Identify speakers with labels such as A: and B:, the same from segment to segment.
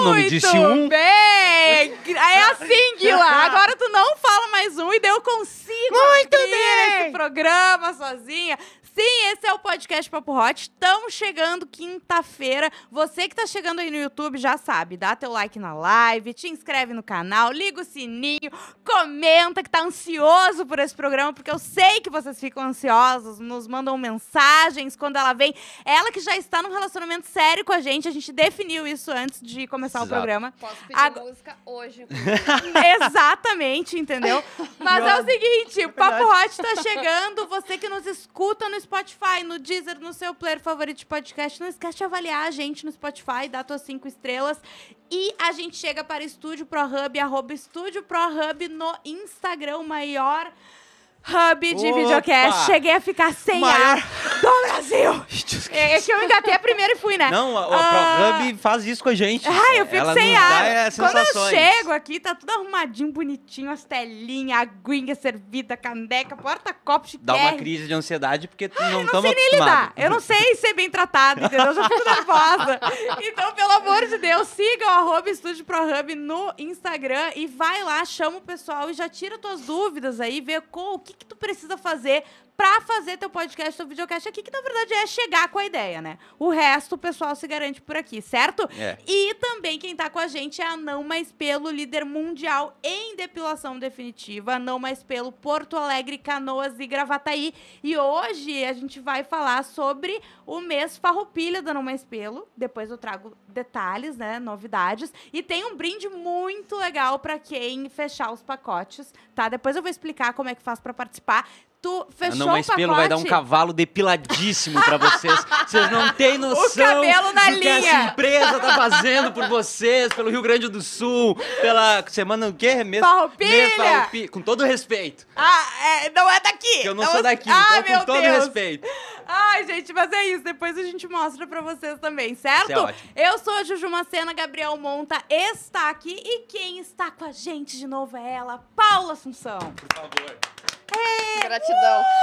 A: nome, disse um.
B: bem! É assim, Guila. Agora tu não fala mais um e daí eu consigo Muito
C: bem.
B: esse programa sozinha. Sim, esse é o podcast Papo Hot. Estamos chegando quinta-feira. Você que tá chegando aí no YouTube já sabe, dá teu like na live, te inscreve no canal, liga o sininho, comenta que tá ansioso por esse programa, porque eu sei que vocês ficam ansiosos, nos mandam mensagens quando ela vem. Ela que já está num relacionamento sério com a gente, a gente definiu isso antes de começar
A: Exato.
B: o programa.
C: Posso pedir
B: Agora-
C: música hoje.
B: Exatamente, entendeu? Mas é o seguinte, o Papo Hot tá chegando. Você que nos escuta no Spotify, no Deezer, no seu player favorito de podcast, não esquece de avaliar a gente no Spotify, dá tuas cinco estrelas. E a gente chega para Estúdio Pro Hub, arroba Estúdio Pro Hub no Instagram, o maior hub de
A: Opa!
B: videocast. Cheguei a ficar sem
A: Maior-
B: ar do Brasil! É é que eu engatei a primeira e fui, né?
A: Não, a, a
B: Ah.
A: ProHub faz isso com a gente.
B: Ai, eu fico
A: Ela
B: sem
A: nos
B: ar.
A: dá é,
B: Quando eu
A: sensações.
B: chego aqui, tá tudo arrumadinho, bonitinho, as telinhas, a aguinha servida, caneca, porta-copo,
A: Dá uma
B: chiquérrimo.
A: crise de ansiedade porque tu não
B: é. Não
A: estamos
B: sei nem lidar.
A: acostumados.
B: Eu não sei ser bem tratada, entendeu? Eu já fico nervosa. Então, pelo amor de Deus, siga o arroba Estúdio ProHub no Instagram e vai lá, chama o pessoal e já tira tuas dúvidas aí, vê qual, o que, que tu precisa fazer pra fazer teu podcast, teu videocast aqui, que na verdade é chegar com a ideia, né? O resto o pessoal se garante por aqui, certo?
A: É.
B: E também quem tá com a gente é a Não Mais Pelo, líder mundial em depilação definitiva. A Não Mais Pelo, Porto Alegre, Canoas e Gravataí. E hoje a gente vai falar sobre o mês Farroupilha da Não Mais Pelo. Depois eu trago detalhes, né, novidades. E tem um brinde muito legal pra quem fechar os pacotes, tá? Depois eu vou explicar como é que faz pra participar. Tu
A: A
B: fechou
A: Não
B: o
A: Mais
B: pacote?
A: Pelo vai dar um cavalo depiladíssimo pra vocês. Vocês não têm noção
B: cabelo na
A: do que essa
B: linha.
A: empresa tá fazendo por vocês, pelo Rio Grande do Sul, pela semana o quê? Mês,
B: Farroupilha!
A: mês Farroupi- Com todo respeito,
B: Ah, é, não é daqui!
A: que eu não
B: Então,
A: sou daqui,
B: ah,
A: então
B: meu
A: com todo
B: Deus.
A: respeito.
B: Ai, gente, mas é isso. Depois a gente mostra pra vocês também, certo?
A: Isso é ótimo.
B: Eu sou a Juju Macena, Gabriel Monta está aqui. E quem está com a gente de novo é ela, Paula Assunção.
C: Gratidão.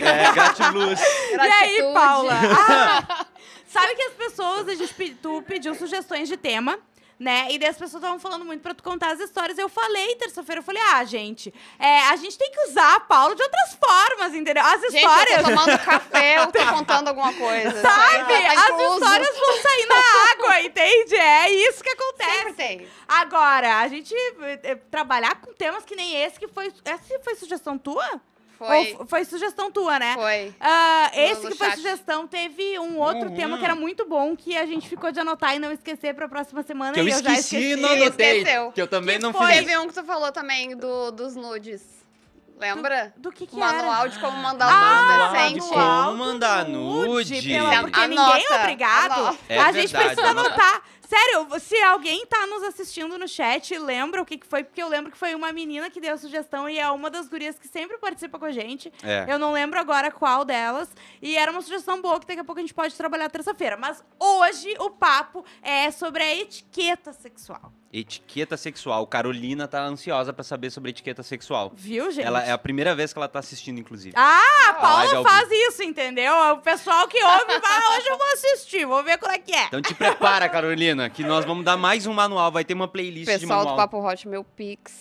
A: É, gratiluz.
B: E aí,
C: Gratitude.
B: Paula? Ah, sabe que as pessoas, a gente pe- tu pediu sugestões de tema. Né? E daí as pessoas estavam falando muito pra tu contar as histórias. Eu falei terça-feira, eu falei, ah, gente, é, a gente tem que usar a Paula de outras formas, entendeu? As
C: Gente, eu
B: histórias.
C: tô tomando café, eu tô contando alguma coisa.
B: Sabe?
C: Tá
B: As
C: incluso.
B: histórias vão sair na água, entende? É isso que acontece.
C: Sempre tem.
B: Agora, a gente eh, eh, trabalhar com temas que nem esse, que foi. Essa foi sugestão tua?
C: Foi,
B: Ou f- foi sugestão tua, né?
C: foi.
B: Ah, esse
C: no
B: que foi
C: chat.
B: sugestão teve um outro
A: Uhum.
B: tema que era muito bom, que a gente ficou de anotar e não esquecer pra próxima semana.
A: Que eu
B: e eu já
A: esqueci e
B: esqueci.
A: não anotei.
C: Esqueceu.
A: Que eu também
B: Que
A: não
B: foi?
A: fiz.
C: Teve um que tu falou também do, dos nudes. Lembra?
B: Do que que
C: O manual de como mandar um
B: Ah,
C: nude
A: manual de
C: decente.
A: como-
B: manual
A: mandar
B: do
A: nude.
B: pelo amor- Porque
C: Anota,
B: ninguém é obrigado.
C: anota.
A: É
B: a gente
A: verdade,
B: precisa
A: anota.
B: anotar. Sério, se alguém tá nos assistindo no chat e lembra o que, que foi, porque eu lembro que foi uma menina que deu a sugestão e é uma das gurias que sempre participa com a gente.
A: É.
B: Eu não lembro agora qual delas. E era uma sugestão boa que daqui a pouco a gente pode trabalhar terça-feira. Mas hoje o papo é sobre a etiqueta sexual.
A: Etiqueta sexual. Carolina tá ansiosa pra saber sobre etiqueta sexual.
B: Viu, gente?
A: Ela é a primeira vez que ela tá assistindo, inclusive.
B: Ah, a
A: Live ao
B: Paula
A: vivo.
B: faz isso, entendeu? O pessoal que ouve vai, hoje eu vou assistir, vou ver qual é que é.
A: Então te prepara, Carolina, que nós vamos dar mais um manual. Vai ter uma playlist de
C: Pessoal do
A: manual.
C: Papo Hot, meu pix.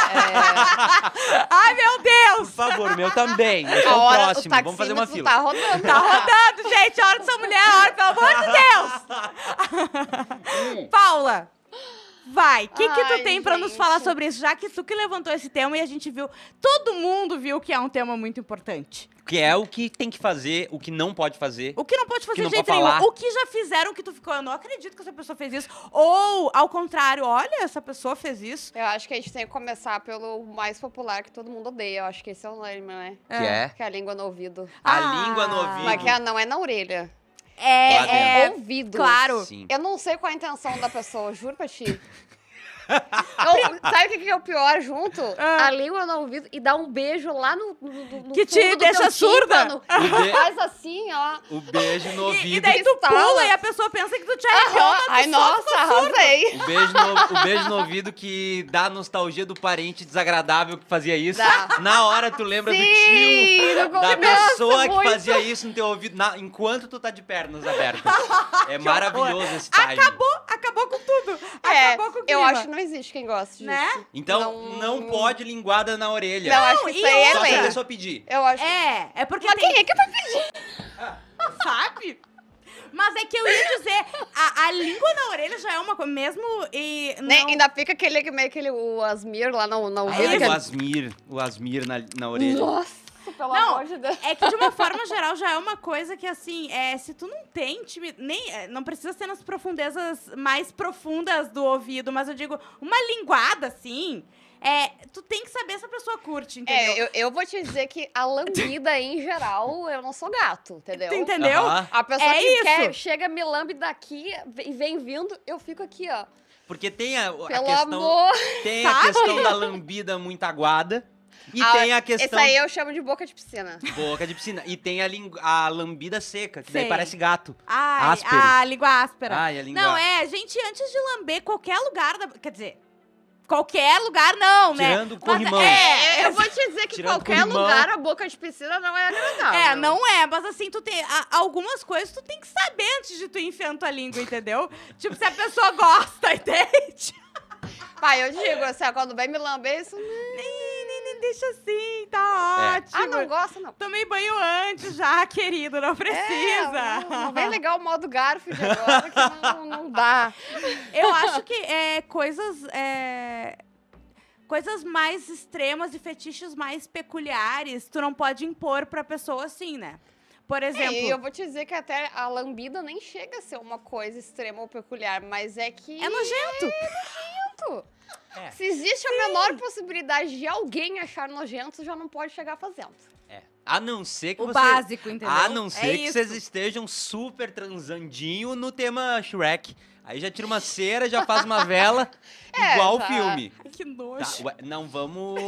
C: É,
B: Ai, meu Deus!
A: Por favor, meu também. Eu sou
C: a
A: o
C: hora,
A: próximo.
C: o
A: Vamos fazer uma fila.
C: taxímetro tá rodando.
B: Tá rodando, gente. A hora dessa mulher, a hora, pelo amor de Deus.
A: Hum.
B: Paula, vai. O que, que tu
C: Ai,
B: tem pra nos
C: gente.
B: falar sobre isso? Já que tu que levantou esse tema e a gente viu... Todo mundo viu que é um tema muito importante.
A: Que é o que tem que fazer, o que não pode fazer.
B: O que não pode fazer
A: Que não
B: de jeito
A: pode falar.
B: nenhum. O que já fizeram que tu ficou... Eu não acredito que essa pessoa fez isso. Ou, ao contrário, olha, essa pessoa fez isso.
C: Eu acho que a gente tem que começar pelo mais popular que todo mundo odeia. Eu acho que esse é o lema, né?
A: Que é
C: Que é a língua no ouvido.
A: a língua no ouvido.
C: Mas que é- não é na orelha.
B: Ah, É,
A: Lá
B: é,
A: dentro.
C: ouvido.
B: claro.
A: Sim.
C: Eu não sei qual é a intenção da pessoa, juro pra ti. Eu- sabe o que que é o pior junto?
B: Ah.
C: A língua no ouvido e dá um beijo lá no, no, no- no
B: Que te
C: fundo do
B: deixa
C: teu
B: surda.
C: tímpano.
A: O, be-
C: Faz assim, ó.
A: o beijo no
B: E, e
A: ouvido.
B: daí tu
C: Pistola.
B: pula e a pessoa pensa que tu te arrepiou na
C: Ai, nossa, arrasei.
A: O beijo, no, o beijo no ouvido que dá a nostalgia do parente desagradável que fazia isso.
C: Dá.
A: Na hora tu lembra do tio.
C: Sim, não
A: Da
C: combina
A: pessoa que
C: muito.
A: fazia isso no teu ouvido na- enquanto tu tá de pernas abertas. É maravilhoso esse time.
B: Acabou, acabou com tudo.
C: É,
B: acabou com o
C: eu
B: clima.
C: acho que não existe quem goste disso.
B: Né?
A: Então, não,
C: Não-
A: pode linguada na orelha.
C: Não, acho que
B: e
C: isso aí
A: Só
C: é
A: se a
C: lei.
A: pessoa pedir.
C: Eu acho que...
B: É, é porque
C: Mas
B: tem,
C: quem é que tá
B: sabe? Mas é que eu ia dizer, a, a língua na orelha já é uma coisa, mesmo e não...
C: Né? Ainda fica aquele que meio aquele o Asmir lá na, na
A: Ai,
C: orelha.
A: o Asmir, o Asmir na, na orelha.
C: Nossa, pelo
B: Não.
C: amor de Deus.
B: É que de uma forma geral já é uma coisa que assim, é, se tu não tem intimi- nem é, não precisa ser nas profundezas mais profundas do ouvido, mas eu digo uma linguada assim, é, tu tem que saber se a pessoa curte, entendeu?
C: É, eu, eu vou te dizer que a lambida em geral, eu não sou gato, entendeu?
B: Tu entendeu?
A: Aham.
C: A pessoa
B: É
C: que
B: isso.
C: quer, chega, me lambe daqui e vem vindo, eu fico aqui, ó.
A: Porque tem a, a
C: Pelo
A: questão.
C: amor.
A: Tem a
B: Sabe?
A: questão da lambida muito aguada. E
C: Ah,
A: tem a
C: Esse
A: questão.
C: aí eu chamo de boca de piscina.
A: Boca de piscina. E tem a, lingu- a lambida seca, que daí
B: Sei.
A: parece gato.
B: Ai,
A: Áspero.
B: a língua áspera.
A: Ai, a língua.
B: Não, é, gente, antes de lamber qualquer lugar da. Quer dizer, qualquer lugar não, né?
A: Tirando o corrimão.
B: Mas,
C: É,
B: é,
C: eu vou te dizer que
A: Tirando
C: qualquer
A: com limão.
C: lugar a boca de piscina não é agradável.
B: É, não é, mas assim, tu tem. a- algumas coisas tu tem que saber antes de tu enfiar a tua língua, entendeu? tipo, se a pessoa gosta, entende?
C: Pai, eu digo, assim, ó, quando vem me lamber, isso...
B: Deixa assim, tá
A: É.
B: ótimo.
C: Ah, não gosta, não.
B: Tomei banho antes já, querido, não
C: É,
B: precisa.
C: não, não vem legal o modo Garfield agora, que não, não dá.
B: Eu acho que é, coisas. é, coisas mais extremas e fetiches mais peculiares, tu não pode impor pra pessoa assim, né? Por
C: É,
B: exemplo.
C: e eu vou te dizer que até a lambida nem chega a ser uma coisa extrema ou peculiar, mas é que.
B: É nojento.
C: nojento.
A: É.
C: Se existe a menor possibilidade de alguém achar nojento, já não pode chegar fazendo.
A: É. A não ser que
B: O
A: você.
B: básico, entendeu?
A: A não ser
B: é
A: que
B: isso.
A: vocês estejam super transandinho no tema Shrek. Aí já tira uma cera, já faz uma vela,
C: É,
A: igual o
C: já.
A: filme.
B: Ai, que
A: Tá,
B: nojo.
A: ué, não vamos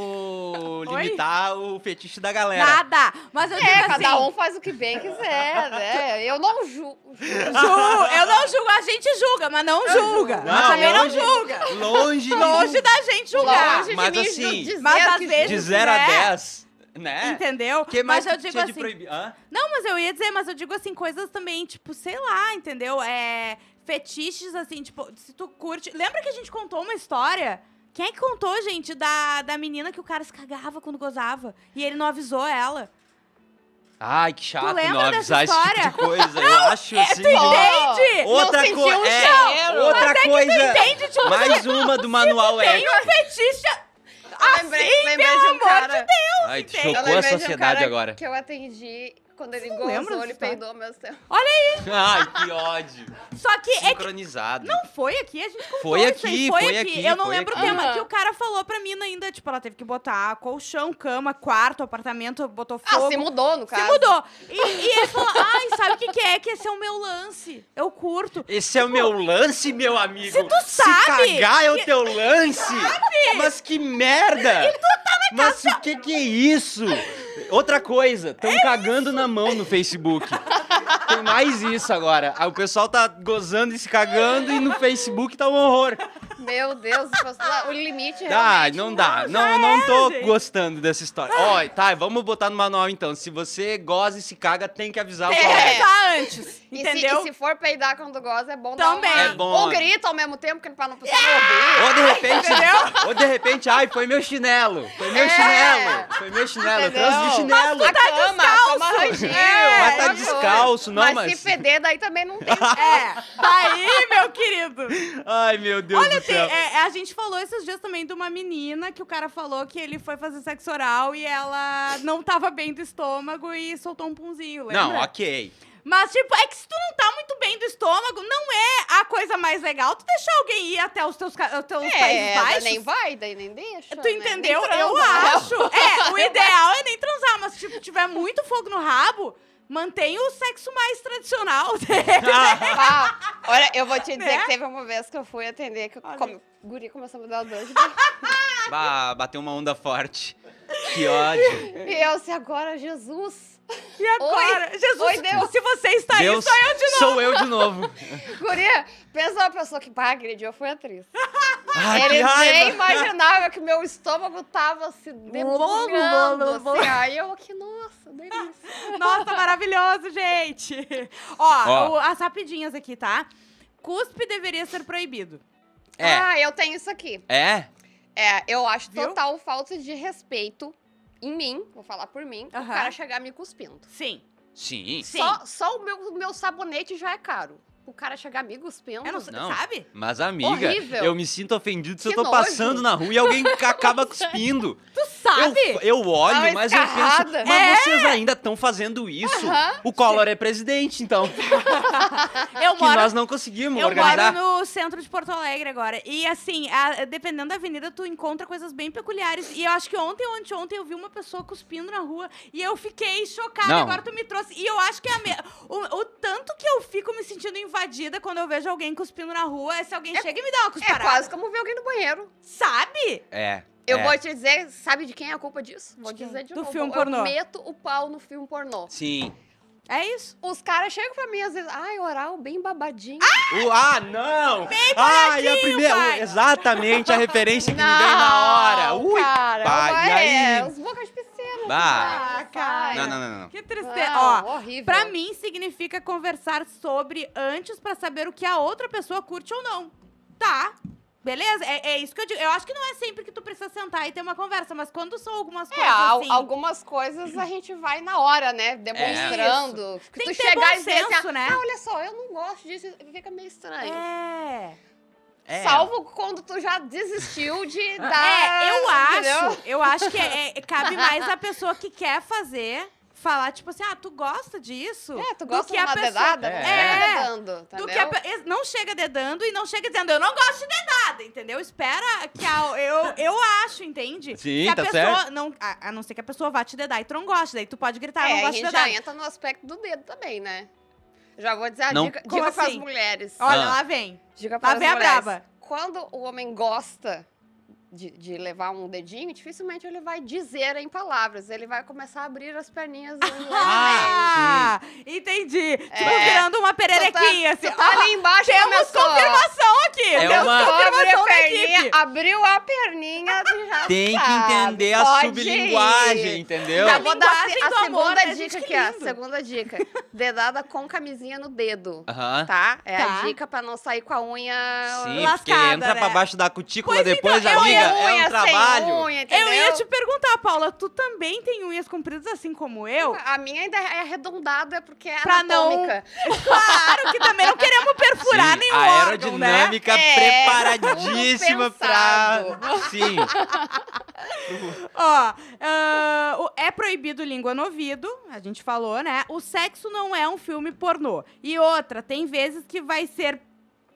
B: Oi?
A: limitar o fetiche da galera.
B: Nada. Mas eu
C: É,
A: Tipo
B: digo assim.
C: cada um faz o que bem quiser, né? Eu não ju-
A: um.
C: julgo.
B: Ju- eu não julgo, a gente julga, mas não julga. mas também não
A: longe-
B: julga.
A: Longe, de-
B: Longe da gente julgar.
C: Longe
A: Mas
C: de mim
A: assim,
C: dizer
B: mas às
C: que
B: vezes-
A: de
B: Esse
A: 0 a
B: né?
A: 10, né?
B: Entendeu?
A: Que mais
B: Mas eu
A: que
B: digo
A: tinha de
B: assim.
A: proibir? Hã?
B: Não, mas eu ia dizer, mas eu digo assim, coisas também, tipo, sei lá, entendeu? É, fetiches, assim, tipo, se tu curte. Lembra que a gente contou uma história? Quem é que contou, gente, da, da menina que o cara se cagava quando gozava? E ele não avisou ela.
A: Ai, que chato,
B: lembra
A: não
B: dessa
A: avisar esse
B: história?
A: tipo de
B: é
A: coisa. Eu acho assim.
B: Entende?
C: Não
A: Outra
C: sentiu
A: coisa.
C: o
A: É,
C: cheiro.
A: outra coisa.
B: Entende? Tipo,
A: Mais uma do manual é.
B: tem um fetiche.
C: Eu lembrei, lembrei de um
B: pelo amor
C: cara,
A: Ai, tu
B: entende?
C: eu
A: chocou
C: lembrei
A: a
C: de um
A: sociedade
C: cara
A: agora.
C: Que eu atendi quando ele
B: não lembra
C: gozou,
B: dessa
C: ele
B: história?
C: peidou ao mesmo tempo.
A: Ai, que ódio.
B: Só que é que
A: Sincronizado.
B: Não foi aqui, a gente contou
A: Foi
B: isso aí,
A: aqui,
B: foi,
A: foi
B: aqui.
A: aqui,
B: Eu não
A: foi
B: lembro
A: aqui.
B: o tema
C: Aham.
B: que o cara falou pra mina ainda, tipo, ela teve que botar colchão, cama, quarto, apartamento, botou
C: Ah,
B: fogo.
C: se mudou, no caso.
B: Se mudou. E, e ele falou, ai, sabe o que, que é? Que esse é o meu lance. Eu curto.
A: Esse é o meu lance, meu amigo. Se
B: tu sabe
A: cagar é o teu lance. Mas que merda.
B: tá
A: Mas o que que é isso? Outra coisa, estão
B: É
A: cagando na mão no Facebook. Tem mais isso agora. Ah, O pessoal tá gozando e se cagando e no Facebook tá um horror.
C: Meu Deus, o limite
A: Dá,
C: realmente
A: não dá.
B: não, já
A: Não, não tô
B: né? É, gente. Ah.
A: gostando dessa história. Ó, tá, vamos botar no manual então. Se você goza e se caga, tem que avisar o
C: Tem.
A: colega.
B: É. Tá antes,
C: E se-
B: entendeu?
C: E se, for peidar quando goza, é bom
B: Também.
C: dar uma...
B: É
A: bom.
C: Um grito ao mesmo tempo, que é pra não precisar ouvir.
A: Ou de repente,
B: Entendeu?
A: ou de repente, ai, foi meu chinelo. Foi meu
C: É.
A: chinelo. Foi meu chinelo. Eu
C: Entendeu?
A: trouxe de chinelo.
C: Mas tá cama, descalço. Cama rangiu,
B: É,
A: Mas tá
C: outra coisa.
A: descalço, não, mas.
C: se feder, daí também não tem.
B: É, aí, meu querido.
A: Ai, meu Deus do
B: Tem-
A: céu.
B: é, é, a gente falou esses dias também de uma menina que o cara falou que ele foi fazer sexo oral e ela não tava bem do estômago e soltou um punzinho, lembra?
A: Não, ok.
B: Mas, tipo, é que se tu não tá muito bem do estômago, não é a coisa mais legal tu deixar alguém ir até os teus, ca- os teus
C: É,
B: países
C: daí
B: baixos.
C: nem vai, daí nem deixa.
B: Tu
C: né?
B: entendeu?
C: Nem
B: Eu
C: transa.
B: acho. É, o ideal é nem transar, mas se tipo, tiver muito fogo no rabo, mantém o sexo mais tradicional.
C: Ah, olha, eu vou te dizer
B: Né?
C: que teve uma vez que eu fui atender, que eu
B: Olha.
C: come... guri começou a me dar dor. de-
A: Bah, bateu uma onda forte. Que ódio.
C: e eu assim, agora, Jesus.
B: E agora? Jesus,
C: Oi, Deus.
B: se você está aí,
A: Deus,
B: sou eu de novo.
A: sou eu de novo.
C: Guria, pensa uma pessoa que, pá, aquele dia eu fui atriz.
A: Ai, que
C: Ele nem
A: raiva.
C: imaginava que meu estômago tava se debulhando,
B: Lolo, lolo.
C: assim, aí eu aqui, nossa, delícia.
B: Nossa, maravilhoso, gente. Ó,
A: Ó.
B: o- as rapidinhas aqui, tá? Cuspe deveria ser proibido.
A: É.
C: Ah, eu tenho isso aqui.
A: É?
C: É, eu acho
B: Viu?
C: total falta de respeito em mim, vou falar por mim, o
B: Aham.
C: cara chegar me cuspindo.
B: Sim.
A: Sim.
B: Sim.
C: Só, só o meu, o meu sabonete já é caro. O cara chegar me cuspindo.
B: Eu não,
A: Não.
B: Sabe?
A: Mas, amiga,
C: Horrível.
A: eu me sinto ofendido se
C: Que
A: eu tô
C: nojo.
A: passando na rua e alguém ca- acaba cuspindo.
B: Tu sabe?
A: Eu, eu olho,
C: Dá uma
A: mas eu penso.
C: escarrada. É!
A: Mas vocês ainda estão fazendo isso?
C: Aham.
A: O Collor é presidente, então.
B: Eu,
A: que
B: moro
A: nós não conseguimos
B: Eu
A: organizar.
B: moro no centro de Porto Alegre agora. E assim, a- dependendo da avenida, tu encontra coisas bem peculiares. E eu acho que ontem ou anteontem eu vi uma pessoa cuspindo na rua e eu fiquei chocada.
A: Não.
B: Agora tu me trouxe. E eu acho que é a me... o, o tanto que eu fico me sentindo invadida quando eu vejo alguém cuspindo na rua é se alguém chega e me dá uma
C: É
B: cusparada.
C: quase como ver alguém no banheiro.
B: Sabe?
A: É.
C: Eu
A: é.
C: vou te dizer, sabe de quem é a culpa disso? Vou
B: De quem?
C: dizer de
B: Do
C: novo.
B: filme
C: eu
B: pornô.
C: meto o pau no filme pornô.
A: Sim.
B: É isso.
C: Os caras chegam pra mim às vezes, ai, oral bem babadinho.
A: O, ah, não! ah, e a primeira.
B: pai.
A: Exatamente a referência que me vem na hora.
C: Não,
A: Ui!
C: cara,
A: pai,
C: vai,
A: e aí?
C: É, os bocas de piscina.
A: Bah.
C: cara,
B: Ah, cara.
C: vai.
A: Não, não, não, não.
B: Que tristeza. Ó,
C: Não, horrível.
B: Pra mim, significa conversar sobre antes pra saber o que a outra pessoa curte ou não. Tá. Beleza? É, é isso que eu digo. Eu acho que não é sempre que tu precisa sentar e ter uma conversa, mas quando são algumas
C: É,
B: coisas
C: al-
B: assim...
C: algumas coisas a gente vai na hora, né? Demonstrando.
B: É. Tem
C: tu
B: que ter
C: chegar
B: bom
C: e dizer assim,
B: senso, né?
C: ah, olha só, eu não gosto disso, fica meio estranho.
B: É.
A: É.
C: Salvo quando tu já desistiu de dar.
B: É, eu
C: Ah, entendeu?
B: acho. Eu acho que é- é- cabe mais a pessoa que quer fazer falar, tipo assim, ah, tu gosta disso?
C: É, tu gosta
B: do que
C: de
B: a
C: uma
B: pessoa...
C: dedada?
A: É.
C: não fica Dedando,
B: Do
C: entendeu?
B: que a pe- ex- não chega dedando e não chega dizendo, eu não gosto de dedada, entendeu? Espera que a, eu, eu acho, entende?
A: Sim,
B: que a
A: tá
B: pessoa
A: certo.
B: Não, a, a não ser que a pessoa vá te dedar e tu não gosta, daí tu pode gritar, eu
C: é,
B: Ah, não
C: a
B: gosto de
C: gente já
B: dedada.
C: entra no aspecto do dedo também, né? Já vou dizer a
A: Não.
C: dica,
B: Como
C: dica para as
B: assim?
C: mulheres.
B: Olha,
A: Ah.
B: lá vem.
C: Dica
B: Lá
C: para as
B: vem a
C: mulheres.
B: braba.
C: Quando o homem gosta de, de levar um dedinho, dificilmente ele vai dizer em palavras. Ele vai começar a abrir as perninhas.
A: Ah,
B: Ah, entendi. Tipo,
C: É.
B: virando uma pererequinha,
C: tu
B: assim.
C: tá
B: ó,
C: ali embaixo
B: temos
C: começou.
B: confirmação aqui.
A: É
B: temos
A: uma-
C: Abre a
B: confirmação da
C: perninha,
B: equipe.
C: abriu a perninha, tu já
A: Tem que
C: sabe,
A: entender a
C: pode
A: sublinguagem,
C: ir.
A: entendeu?
C: Já vou dar a,
B: Linguagem
C: se- a
B: do
C: segunda
B: amor, né, gente?
C: dica
B: Que
C: aqui, ó.
B: lindo.
C: Segunda dica. Dedada com camisinha no dedo.
A: Aham.
C: Tá? É
B: Tá.
C: a dica pra não sair com a unha.
A: Sim, porque
B: Lascada,
A: entra
B: né?
A: pra baixo da cutícula
B: Pois
A: depois,
B: então, eu
A: amiga.
C: Com
A: É um
C: unha,
A: trabalho.
C: sem unha, entendeu?
B: Eu ia te perguntar, Paula, tu também tem unhas compridas assim como eu?
C: A minha ainda é arredondada porque é
B: Pra não-
C: anatômica.
B: Claro que também não queremos perfurar
A: Sim,
B: nenhum
A: a
B: órgão, né?
A: aerodinâmica
C: É,
A: preparadíssima
C: tudo
A: pra.
C: pensado.
A: Sim.
B: Ó, ah, o- é proibido língua no ouvido, a gente falou, né? O sexo não é um filme pornô. E outra, tem vezes que vai ser,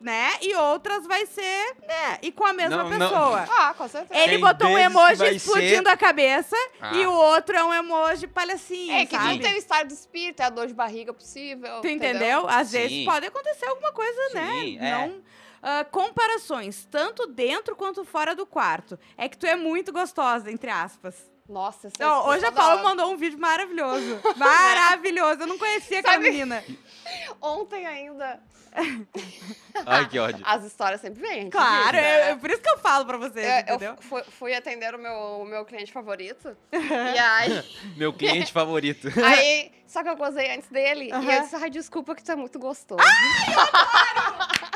B: né? E outras vai ser, né? E com a mesma
A: Não, não.
B: pessoa.
C: Ah, com certeza.
B: Ele
A: Tem
B: botou um
A: vezes que
B: emoji
A: vai
B: explodindo
A: ser-
B: a cabeça
A: Ah.
B: e o outro é um emoji palhacinho,
C: É que
B: sabe?
C: tudo tem o estado do espírito, é a dor de barriga possível.
B: Tu entendeu? Às
A: Sim.
B: vezes pode acontecer alguma coisa,
A: Sim,
B: né?
A: é.
B: Não. Ah, comparações, tanto dentro quanto fora do quarto. É que tu é muito gostosa, entre aspas.
C: Nossa, isso é
B: Não, hoje a
C: toda
B: Paula
C: hora.
B: mandou um vídeo maravilhoso. Maravilhoso. Eu não conhecia aquela
C: Sabe-
B: menina.
C: Ontem ainda.
A: Ai, Ah, que ódio.
C: As histórias sempre vêm. a gente
B: Claro,
C: diz,
B: eu-
C: né?
B: eu- por isso que eu falo pra vocês,
C: É, Eu,
B: entendeu?
C: eu fui, fui atender o meu, o meu cliente favorito. e aí,
A: Meu cliente favorito.
C: aí. Só que eu gozei antes dele. E
B: Aham. Ah,
C: eu disse: Ai, desculpa que tu é muito gostoso.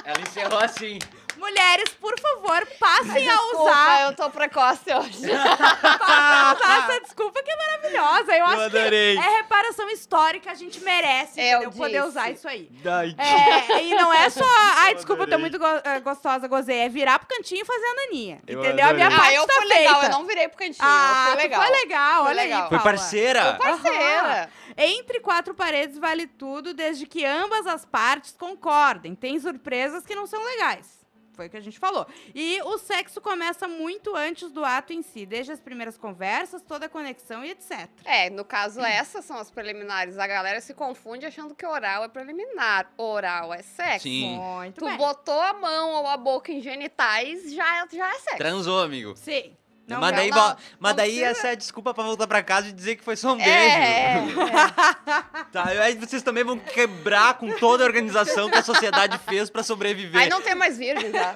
A: Ela encerrou assim.
B: Mulheres, por favor,
C: Ai,
B: passem a
C: desculpa,
B: usar.
C: eu tô precoce hoje.
B: Passem a usar essa desculpa que é maravilhosa. Eu
A: Eu
B: acho que
A: adorei.
B: é reparação histórica, a gente merece
C: É, Eu
B: entendeu? poder
C: disse.
B: usar isso aí.
A: Ai, que-
B: É, e não é só. Ai,
A: Eu
B: desculpa, tá
A: adorei.
B: muito go- eh, gostosa, gozei. É virar pro cantinho e fazer a naninha.
A: Eu
B: entendeu? A minha
A: adorei.
B: parte
C: Ah, eu
B: tá
C: fui
B: feita.
C: legal, eu não virei pro cantinho.
B: ah,
C: eu
B: tu
C: fui legal.
B: Foi legal,
C: Foi
B: olha aí.
C: legal.
A: Foi
B: Paula.
A: parceira?
C: Parceira.
B: Entre quatro paredes vale tudo, desde que ambas as partes concordem. Tem surpresas que não são legais. Foi o que a gente falou. E o sexo começa muito antes do ato em si, desde as primeiras conversas, toda a conexão e etc.
C: É, no caso, essas são as preliminares. A galera se confunde achando que oral é preliminar. Oral é sexo.
A: Sim.
B: Muito
C: Tu
B: bem.
C: botou a mão ou a boca em genitais, já, já é sexo.
A: Transou, amigo.
B: Sim. Não
A: mas
B: é.
A: daí,
C: não,
A: vo- mas
C: não
A: daí
C: precisa.
A: essa é a desculpa pra voltar pra casa e dizer que foi só um beijo.
C: É, é.
A: Tá, e aí vocês também vão quebrar com toda a organização que a sociedade fez pra sobreviver.
C: Aí não tem mais virgem já.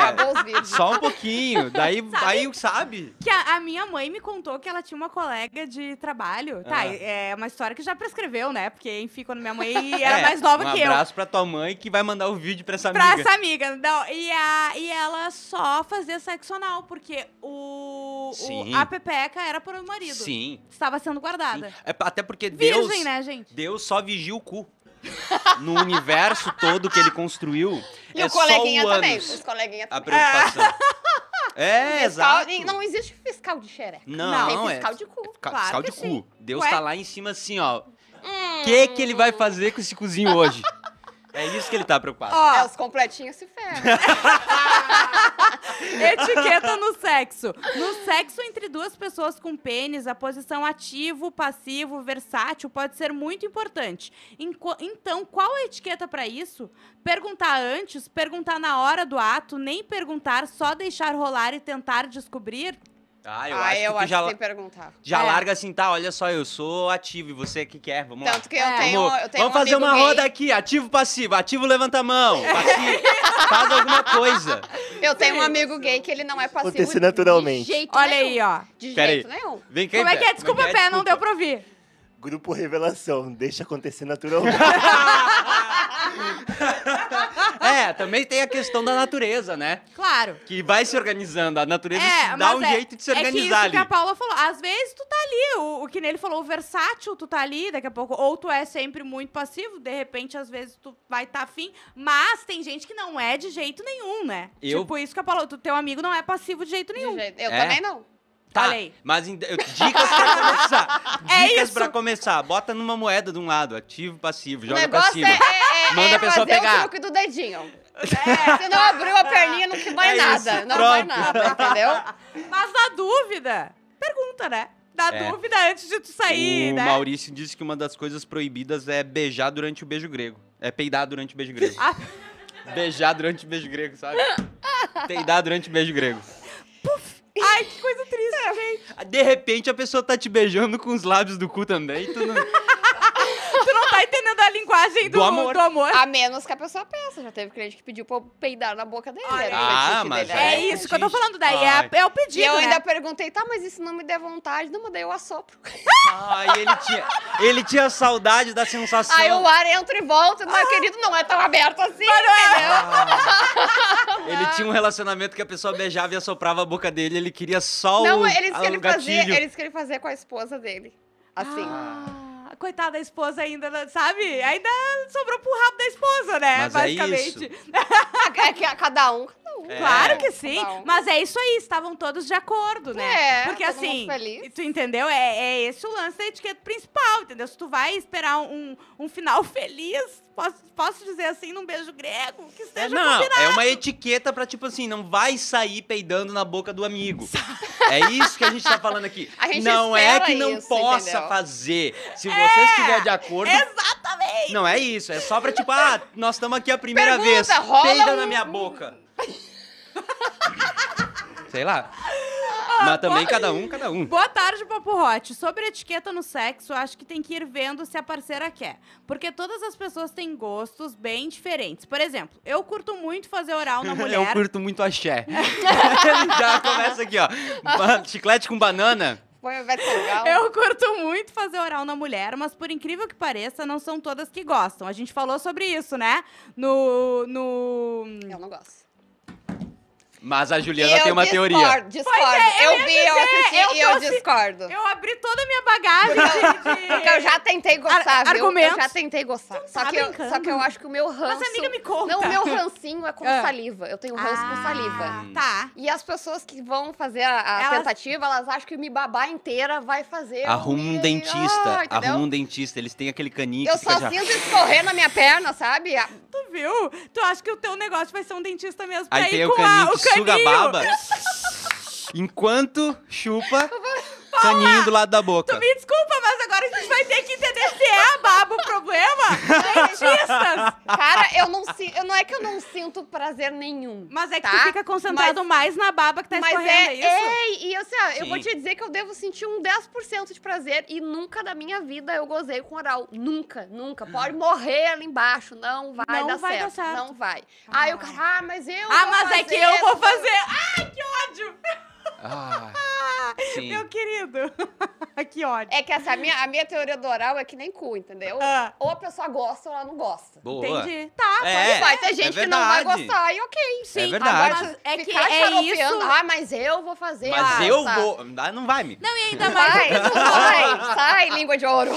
C: Acabou os vídeo.
A: Só um pouquinho. Daí, aí sabe.
B: Que a, a minha mãe me contou que ela tinha uma colega de trabalho. Tá,
A: Ah.
B: é uma história que já prescreveu, né? Porque, enfim, quando minha mãe era
A: É,
B: mais nova
A: um
B: que eu. né?
A: abraço pra tua mãe que vai mandar o vídeo pra essa
B: Pra
A: amiga.
B: essa amiga. Não, e, a, e ela só fazia sexo anal, porque o, o-
A: Sim.
B: a pepeca era para o marido.
A: Sim.
B: Estava sendo guardada.
A: sim. É, até porque
B: Virgem,
A: Deus,
B: né, gente?
A: Deus só vigia o cu. No universo todo que ele construiu,
C: E
A: é
C: o coleguinha
A: só o
C: também.
A: ânus
C: Os coleguinhas
A: a
C: também.
A: preocupação. É,
C: Fiscal-
A: exato.
C: Não existe fiscal de xereca.
A: Não,
C: Tem
A: é-
C: fiscal de cu.
A: Ca-
B: Claro
A: fiscal
B: que
A: de cu. Deus
B: Ué. Hum.
A: tá lá em cima assim, ó. O que que ele vai fazer com esse cuzinho hoje? É isso que ele tá preocupado.
B: Ó,
C: É, os completinhos se ferram.
B: Etiqueta no sexo. No sexo entre duas pessoas com pênis, a posição ativo, passivo, versátil pode ser muito importante. Enqu- Então, qual a etiqueta pra isso? Perguntar antes, perguntar na hora do ato, nem perguntar, só deixar rolar e tentar descobrir?
A: Ah, eu
C: ah,
A: acho
C: eu
A: que tu
C: acho
A: já,
C: que sem perguntar.
A: já
B: É.
A: larga assim, tá? Olha só, eu sou ativo e você que quer, vamos lá.
C: Tanto que eu
B: É.
C: tenho,
A: Vamos,
C: eu tenho
A: vamos
C: um
A: fazer
C: amigo
A: uma
C: gay.
A: roda aqui, ativo passivo, ativo levanta a mão, passivo, faz alguma coisa.
C: Eu tenho um amigo gay que ele não é passivo
D: Acontecer naturalmente.
C: de jeito
B: Olha
C: nenhum.
B: aí, ó.
C: De
A: Pera
C: jeito nenhum.
A: Vem cá,
B: Como é que é?
A: Pé,
B: Desculpa,
A: é?
B: pé, não deu pra ouvir.
D: Grupo Revelação, deixa acontecer naturalmente.
A: É, também tem a questão da natureza, né?
B: Claro.
A: Que vai se organizando, a natureza se dá
B: mas
A: um
B: é-
A: jeito de se
B: é que isso
A: organizar
B: que a
A: ali.
B: Paula falou. Às vezes tu tá ali, o, o que nele falou, o versátil, tu tá ali daqui a pouco. Ou tu é sempre muito passivo, de repente, às vezes, tu vai tá afim. Mas tem gente que não é de jeito nenhum, né?
A: Eu-
B: Tipo isso que a Paula, tu, teu amigo não é passivo de jeito
C: De
B: nenhum.
C: jeito. Eu
A: É.
C: também não.
A: Tá,
B: Olha aí.
A: mas em- eu- dicas pra começar.
B: É
A: Dicas
B: isso.
A: pra começar. Bota numa moeda de um lado, ativo, passivo,
C: o
A: joga pra
C: negócio
A: cima.
C: é, é- é-
A: Manda
C: é
A: a pessoa
C: fazer
A: pegar.
C: o truque do dedinho. É, se não abriu a perninha, não que vai
A: É isso,
C: nada. não vai
A: pronto.
C: nada, entendeu?
B: Mas na dúvida, pergunta, né? Na
A: É.
B: dúvida antes de tu sair,
A: o
B: né?
A: Maurício disse que uma das coisas proibidas é beijar durante o beijo grego. É peidar durante o beijo grego.
B: Ah.
A: Beijar durante o beijo grego, sabe? Peidar durante o beijo grego. É.
B: Ai, que coisa triste, gente.
A: De repente a pessoa tá te beijando com os lábios do cu também. Tu não...
B: Tu não tá entendendo a linguagem do,
A: Do amor.
B: Do amor.
C: A menos que a pessoa peça. Já teve cliente que pediu pra eu peidar na boca dele.
B: Olha
C: era o
A: aí. Ah,
C: fetiche
A: mas
C: dele,
A: já
B: É
C: era.
A: é
B: isso que eu tô
A: fetiche.
B: falando, daí é, a-
A: Ai.
B: é o
C: E
B: pedido,
C: eu
B: né?
C: ainda perguntei, tá, mas isso não me der vontade? Não, mas daí eu assopro.
A: Ai, ele tinha, ele tinha saudade da sensação.
C: Aí o ar entra e volta. Mas, querido, não é tão aberto assim, entendeu?
A: Ele tinha um relacionamento que a pessoa beijava e assoprava a boca dele. Ele queria só o,
C: Não, eles
A: a-
C: querem
A: o
C: fazer,
A: gatilho.
C: eles querem fazer com a esposa dele. Assim.
B: Ah, coitada da esposa ainda, né, sabe? Ainda sobrou pro rabo da esposa, né?
A: Mas é
B: basicamente.
C: É que a cada um, cada um.
A: É.
B: Claro que sim.
C: Cada um.
B: Mas é isso aí, estavam todos de acordo, né?
C: É,
B: Porque
C: todo mundo
B: assim,
C: feliz.
B: tu entendeu? É, é esse o lance da etiqueta principal, entendeu? Se tu vai esperar um, um final feliz, posso, posso dizer assim, num beijo grego, que
A: É,
B: esteja
A: não, é uma etiqueta pra, tipo assim, não vai sair peidando na boca do amigo. É isso que a gente tá falando aqui.
C: A gente
A: não é
C: espera
A: que não
C: isso,
A: possa
C: entendeu? É,
A: fazer. Se vocês estiverem de acordo.
B: Exatamente!
A: Não é isso. É só pra, tipo, ah, nós estamos aqui a primeira
C: Pergunta,
A: vez.
C: rola
A: Peida
C: um-
A: na minha boca. Sei lá.
C: Ah,
A: Mas também cada um, cada um.
B: Boa tarde, Papo Hot. Sobre etiqueta no sexo, acho que tem que ir vendo se a parceira quer. Porque todas as pessoas têm gostos bem diferentes. Por exemplo, eu curto muito fazer oral na
A: Eu
B: mulher.
A: curto muito axé. Já começa aqui, ó. Ba- Chiclete com banana.
C: Foi- Vai ser legal.
B: Eu curto muito fazer oral na mulher, mas por incrível que pareça, não são todas que gostam. A gente falou sobre isso, né? No. no...
C: Eu não gosto.
A: Mas a Juliana
C: eu
A: tem uma
C: discordo,
A: teoria.
C: Discordo.
B: é, eu
C: eu,
B: ia
C: vi, eu
B: dizer,
C: assisti
B: eu
C: e eu
B: trouxe-
C: discordo.
B: Eu abri toda a minha bagagem de.
C: Porque eu já tentei gostar,
B: Ar-
C: viu?
B: argumentos.
C: Eu já tentei gostar. Só
B: tá
C: que, eu,
B: brincando.
C: só que eu acho que o meu ranço...
B: Mas amiga, me conta.
C: Não, o meu rancinho é com
B: Ah.
C: saliva. Eu tenho ranço
B: ah,
C: com saliva.
B: Tá.
C: E as pessoas que vão fazer a, a
B: Elas-
C: tentativa, elas acham que me babar inteira vai fazer...
A: Arruma
C: eu-
A: um
C: Ah,
A: dentista.
C: entendeu?
A: Arruma um dentista. Eles têm aquele caninho
C: Eu
A: que fica
C: só
A: já...
C: sinto escorrer na minha perna, sabe? A-
B: Tu viu? Tu acha que o teu negócio vai ser um dentista mesmo? pra
A: Aí
B: ir
A: tem o
B: com
A: caninho
B: a,
A: que
B: o caninho.
A: suga a baba. Enquanto chupa, caninho do lado da boca.
B: Tu me desculpa, mas agora a gente vai ter que entender se é a baba o problema. Dentistas!
C: Cara, eu não sinto... Não é que eu não sinto prazer nenhum.
B: Mas é que tu
C: Tá,
B: fica concentrado mais na baba que tá
C: Mas
B: escorrendo, é,
C: é,
B: isso?
C: é, e assim, ó, eu vou
A: Sim.
C: te dizer que eu devo sentir um 10% de prazer e nunca na minha vida eu gozei com oral. Nunca, nunca.
A: Ah.
C: Pode morrer ali embaixo. Não vai,
B: Não
C: dar,
B: vai dar
C: certo,
B: certo.
C: Não vai. Aí o cara, ah, mas eu.
B: Ah,
C: vou
B: mas é que
C: fazer,
B: eu vou fazer. Ah,
A: Ah,
B: unido. que ódio.
C: É que essa, a, minha, a minha teoria do oral é que nem cu, entendeu?
B: Ah,
C: Ou a pessoa gosta ou ela não gosta.
A: Boa.
B: entendi. Tá,
A: É,
C: e vai ter gente
A: é
C: que não vai
A: verdade.
C: gostar e ok.
A: É
B: sim.
A: verdade.
C: Agora,
B: Mas é que
C: ficar
B: é
C: xaropeando,
B: isso.
C: Ah, mas eu vou fazer.
A: Mas
C: ah,
A: eu
C: tá.
A: vou. Ah, Não vai, amiga.
B: Não, e ainda mais,
C: Vai, sai, sai, língua de ouro.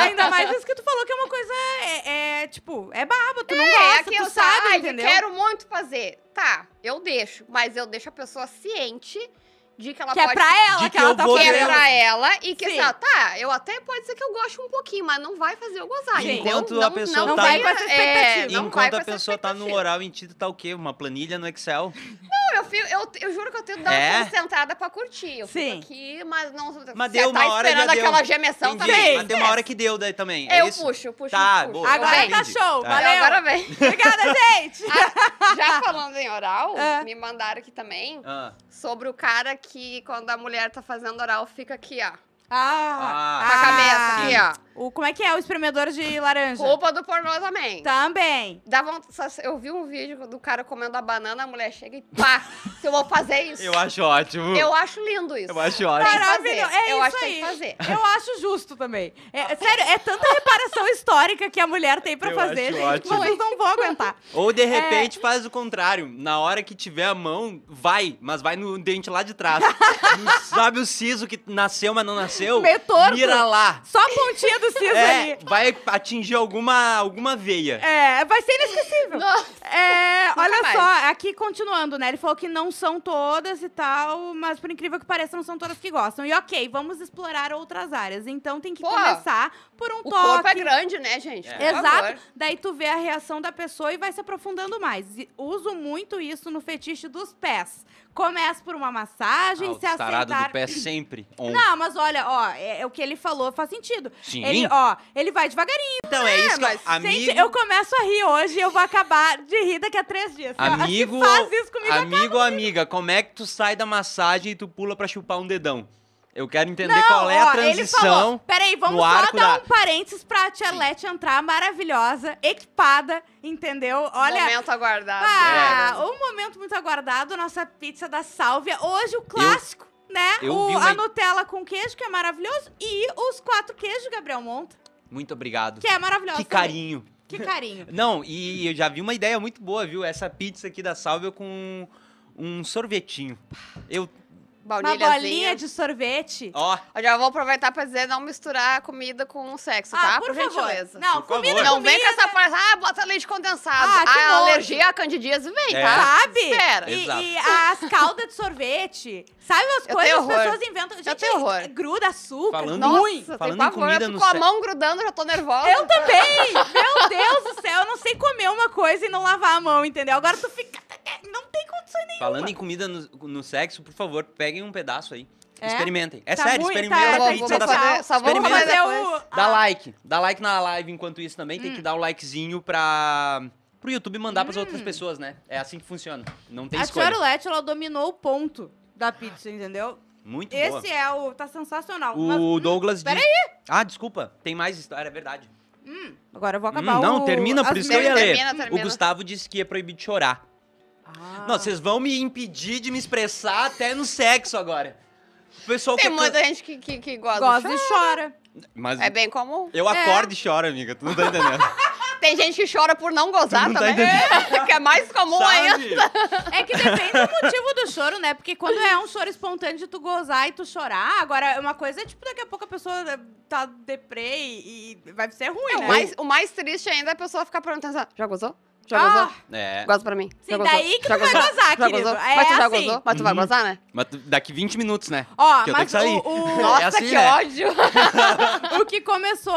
B: ainda mais isso que tu falou que é uma coisa. É, é, tipo, é baba, tu não
C: É,
B: gosta,
C: aqui
B: tu
C: eu
B: sabe,
C: sabe,
B: entendeu?
C: quero muito fazer. Tá, eu deixo, mas eu deixo a pessoa ciente de que ela
B: Que é
C: pode
B: pra ela,
A: De
B: que,
A: que
B: ela
A: eu
B: tá
A: vou
C: que é
A: dela.
B: fazendo.
C: pra ela e que
B: Sim.
C: assim, ó, tá, eu até pode ser que eu goste um pouquinho, mas não vai fazer eu gozar,
A: Sim.
C: entendeu?
A: Enquanto a pessoa
B: tá-
C: vai
B: Não vai com essa
C: é,
B: expectativa.
C: não vai
A: Enquanto
C: com
A: a
C: essa
A: pessoa tá no
C: expectativa.
A: oral em ti, tu tá o quê? Uma planilha no Excel?
C: Não, eu, fico- eu, eu juro que eu tento dar
A: É?
C: uma sentada pra curtir. Eu
B: Sim.
C: fico aqui, mas não...
A: Mas
C: você
A: deu
C: tá
A: uma hora, já
C: esperando
A: deu.
C: aquela gemessão
A: Entendi.
C: também.
A: Mas tem uma hora que deu daí também. é
C: Eu
A: isso?
C: puxo, puxo,
A: Tá,
C: puxo.
A: boa.
B: Agora
C: Vem.
B: tá
A: Entendi.
B: show,
A: Tá.
B: valeu.
C: Agora vem.
B: Obrigada, gente.
C: Já falando em oral,
B: É.
C: me mandaram aqui também
A: Ah,
C: sobre o cara que, quando a mulher tá fazendo oral, fica aqui, ó.
B: Ah,
C: Com a
A: sim.
C: cabeça, assim, aqui,
B: O, como é que é o espremedor de
C: ó.
B: laranja?
C: Roupa do pornô também.
B: Tá. Também.
C: Dá vontade, eu vi um vídeo do cara comendo a banana, a mulher chega e pá, se eu vou fazer isso.
A: eu acho ótimo.
C: Eu acho lindo isso.
A: Eu acho
C: Tem que
A: ótimo.
B: Maravilhoso.
C: fazer.
B: É
C: eu
B: isso
C: acho que tem que
B: aí.
C: fazer.
B: Eu acho justo também. É, sério, é tanta reparação histórica que a mulher tem pra
A: Eu
B: fazer,
A: acho
B: gente, que
A: ótimo.
B: vocês não vão aguentar.
A: Ou de repente faz o contrário. Na hora que tiver a mão, vai, mas vai no dente lá de trás. Não sabe o siso que nasceu, mas não nasceu?
B: Meio torto.
A: Mira lá.
B: Só a pontinha do siso
A: É,
B: ali.
A: vai atingir alguma, alguma veia.
B: É, vai ser inesquecível.
C: Nossa,
B: É, olha
C: mais.
B: só, aqui continuando, né? Ele falou que não são todas e tal, mas por incrível que pareça, não são todas que gostam. E ok, vamos explorar outras áreas. Então tem que
C: Pô,
B: começar por um
C: o
B: toque.
C: corpo é grande, né, gente?
A: É.
C: Por
B: Exato.
C: favor.
B: Daí tu vê a reação da pessoa e vai se aprofundando mais. E uso muito isso no fetiche dos pés. Começa por uma massagem,
A: o
B: se
A: Ah, tarado
B: assentar.
A: do pé sempre on.
B: Não, mas olha, ó, é, é o que ele falou faz sentido.
A: Sim.
B: Ele, ó, ele vai devagarinho.
A: então é isso que eu,
C: mas,
A: amigo,
B: Gente, eu começo a rir hoje e eu vou acabar de rir daqui a três dias. Eu acho que
A: amigo,
B: faz isso comigo
A: amigo ou amiga, como é que tu sai da massagem e tu pula pra chupar um dedão? Eu quero entender qual é a
B: Ó, ele falou-
A: transição.
B: Peraí, vamos
A: no
B: só
A: arco
B: dar
A: da-
B: um parênteses pra Tia Leti entrar maravilhosa, equipada, entendeu? Olha,
C: Momento aguardado. É.
A: É.
B: Ah, um momento muito aguardado, nossa pizza da sálvia. Hoje o clássico, né?
A: eu
B: o,
A: vi uma-
B: A Nutella com queijo, que é maravilhoso. E os quatro queijos, de Gabriel Monta,
A: Muito obrigado.
B: que é maravilhoso.
A: que
B: também.
A: carinho.
B: Que carinho.
A: Não, e eu já vi uma ideia muito boa, viu? Essa pizza aqui da Salve com um sorvetinho. Eu,
B: Uma
C: Baunilhazinha.
B: bolinha de sorvete.
A: ó,
C: Eu já vou aproveitar pra dizer não misturar comida com o sexo,
B: ah,
C: tá?
B: por, favor.
C: gentileza.
B: Não,
A: Por
B: comida,
A: favor.
C: Não
B: comida.
C: vem com
A: né?
C: essa frase, ah, bota leite condensado.
B: Ah, que
C: a
B: nojo.
C: alergia à candidíase vem,
A: É.
C: tá?
B: Sabe?
C: Espera.
B: E,
A: Exato.
B: e as caldas de sorvete. Sabe as coisas
C: Eu tenho
B: que as
C: horror.
B: pessoas inventam? Gente,
C: tenho horror.
B: gruda açúcar.
A: Falando-
C: Nossa,
A: Ruim. Falando
C: tem
A: em
C: pavor,
A: comida
C: eu
A: no
C: tô com a
A: sexo.
C: mão grudando, já tô nervosa.
B: Eu também! Meu Deus do céu, eu não sei comer uma coisa e não lavar a mão, entendeu? Agora tu fica. Não tem condições nenhuma.
A: falando em comida no, no sexo, por favor, peguem um pedaço aí.
B: É?
A: Experimentem. É
B: Tá
A: sério,
B: ruim,
A: experimentem
B: tá,
A: a
B: tá
A: pizza
B: bom,
A: da
B: vou
A: Salve.
B: fazer-
C: só vou
B: Vamos
A: Experimenta.
C: fazer
B: fazer
C: depois.
B: o.
A: Dá like. Dá like na live enquanto isso também. Tem que
B: Hum.
A: dar o likezinho pra. Pro YouTube mandar pras outras pessoas, né? É assim que funciona. Não tem
B: A
A: escolha.
B: Tiorolete, ela dominou o ponto da pizza, entendeu?
A: Muito boa.
B: Esse é o. Tá sensacional. Mas,
A: O Douglas diz.
B: peraí.
A: Ah, desculpa. Tem mais história, é verdade.
B: hum, agora eu vou
A: Hum,
B: acabar o.
A: não, termina, por
B: as
A: isso que eu ia
B: merdas.
A: ler.
C: Termina, termina.
A: O Gustavo disse que é proibido de chorar.
B: Ah.
A: Não, vocês vão me impedir de me expressar até no sexo agora. O pessoal tá-
C: Tem
A: quer
C: muita gente que, que, que gosta.
B: gosta
C: de
B: e chora.
A: can- Mas
C: chorar. É bem comum.
A: eu acordo e choro, amiga. Tu não tá entendendo.
C: Tem gente que chora por não gozar
A: Tu não tá
C: também. que é mais comum ainda.
A: Sabe?
B: É que depende do motivo do choro, né? Porque quando é um choro espontâneo de tu gozar e tu chorar, ah, agora uma coisa é tipo, daqui a pouco a pessoa tá deprê e e vai ser ruim,
A: É,
C: O
B: né?
C: mais, o mais triste ainda é a pessoa ficar perguntando assim, já gozou? Já
B: Ah,
C: gozou?
A: É.
C: Goza pra mim.
B: Sim,
C: já gozou?
B: Assim, daí que
C: já
B: tu vai
C: gozou?
B: gozar,
C: já
B: querido.
C: Gozou?
B: É
C: Mas tu já
B: assim.
C: gozou? Mas tu vai
A: Uhum.
C: gozar, né?
A: Mas tu- daqui 20 minutos, né?
B: Ó,
A: que eu tenho
B: mas
A: que sair.
B: o- o-
A: É
C: Nossa,
A: assim,
C: que
A: né?
C: ódio.
B: o que começou,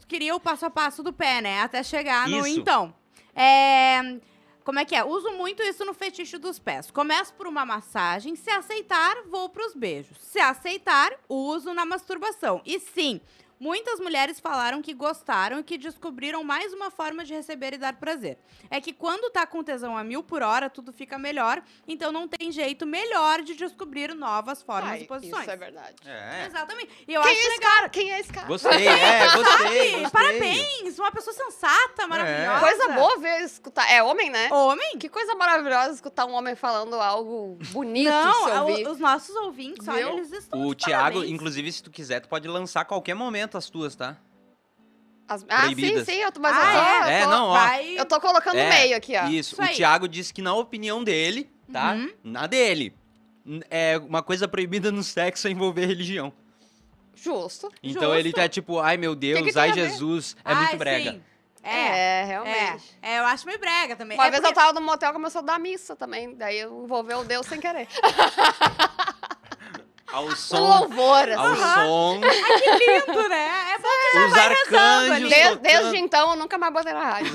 B: tu queria o passo a passo do pé, né? Até chegar no
A: Isso.
B: então. É, Como é que é? Uso muito isso no fetiche dos pés. Começo por uma massagem, se aceitar, vou pros beijos. Se aceitar, uso na masturbação. E sim, Muitas mulheres falaram que gostaram e que descobriram mais uma forma de receber e dar prazer. É que quando tá com tesão a mil por hora, tudo fica melhor, então não tem jeito melhor de descobrir novas formas
C: Ai,
B: e posições.
C: Isso é verdade.
A: É.
B: Exatamente. E eu
C: Quem
B: acho
C: é esse
B: legal.
C: cara? Quem é esse cara?
A: Gostei, é, gostei, É.
B: Sabe?
A: gostei.
B: Parabéns! Uma pessoa sensata, maravilhosa.
C: Coisa boa ver, escutar. É homem, né?
B: Homem?
C: Que coisa maravilhosa escutar um homem falando algo bonito se
B: Não, é
C: ouvir.
B: o- os nossos ouvintes, olha,
C: Viu?
B: eles estão
A: O
B: de
A: Thiago,
B: parabéns.
A: inclusive, se tu quiser, tu pode lançar a qualquer momento as tuas, tá?
C: As- Ah, sim,
A: proibidas.
C: sim, eu tô, mas
B: Ah,
C: eu, tô,
B: é?
C: eu
A: É,
C: tô-
A: não, ó.
B: Vai...
C: eu tô colocando no
A: É,
C: meio aqui, ó.
A: Isso.
B: Isso
A: o
B: aí.
A: Thiago disse que na opinião dele, tá?
B: Uhum.
A: Na dele. n- É uma coisa proibida no sexo é envolver religião.
C: Justo.
A: Então
B: Justo.
A: ele tá tipo, ai meu Deus,
C: que tem
A: ai
C: a ver?
A: Jesus, é
B: Ai,
A: muito brega.
B: Ah, sim. É, é,
C: É, realmente.
B: é, eu acho meio brega também.
C: Uma
B: É
C: vez eu
B: porque-
C: tava no motel começou a dar missa também. Daí eu envolveu o Deus sem querer.
A: Ao
C: Um
A: som,
C: louvor,
A: ao
C: assim.
A: som,
B: lindo, né? É bom que
A: os arcanjos,
B: ali.
C: Desde,
A: tocando,
C: desde então eu nunca mais botei na rádio.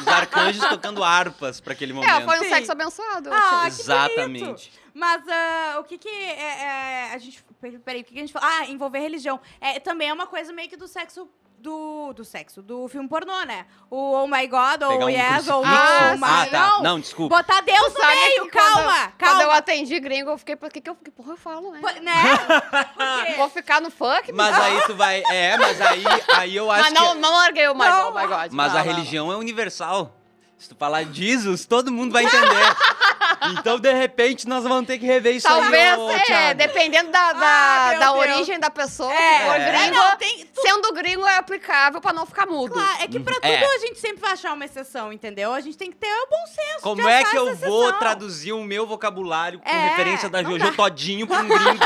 A: os arcanjos tocando harpas pra aquele momento.
C: É, foi um
B: Sim.
C: sexo abençoado. eu
B: Ah,
C: achei.
B: que
A: Exatamente.
B: Mas ah, o que que é, é, a gente... per- Peraí, o que que a gente falou? Ah, envolver religião. É, também é uma coisa meio que do sexo... Do, do sexo, do filme pornô, né? O Oh My God, ou
A: Pegar um
B: Yes,
A: crucifixo.
B: ou
C: Ah,
B: não,
C: sim.
A: ah,
B: mas
A: tá.
B: não.
A: Não, desculpa.
B: Botar Deus no
C: Sabe que
B: meio,
C: quando-
B: calma,
C: Quando eu
B: calma.
C: atendi gringo, eu fiquei, por que, que, eu, que porra eu falo, né?
B: Pô, Né?
C: Vou ficar no funk?
A: Mas
C: menina?
A: aí tu vai. É, mas aí, aí eu acho
C: Mas não,
A: que.
C: não larguei o mais,
B: Não.
C: oh my God.
A: Mas
C: não,
A: a
C: não,
A: religião é universal. Se tu falar Jesus, todo mundo vai entender. Então, de repente, nós vamos ter que rever isso aí,
C: Talvez,
A: ô,
C: é,
A: Thiago.
C: dependendo da, da,
B: Ah, meu
C: da
B: Deus.
C: origem da pessoa.
B: É,
C: se for
A: é.
C: gringo,
B: não, tem...
C: Sendo gringo é aplicável pra não ficar mudo.
B: Claro, é que pra
A: Uhum.
B: tudo
A: É.
B: a gente sempre vai achar uma exceção, entendeu? A gente tem que ter o bom senso.
A: Como
B: de
A: é
B: achar
A: que eu
B: essa
A: vou
B: exceção.
A: traduzir o meu vocabulário com
B: É,
A: referência da
B: não
A: Jojo
B: dá.
A: todinho pra um gringo?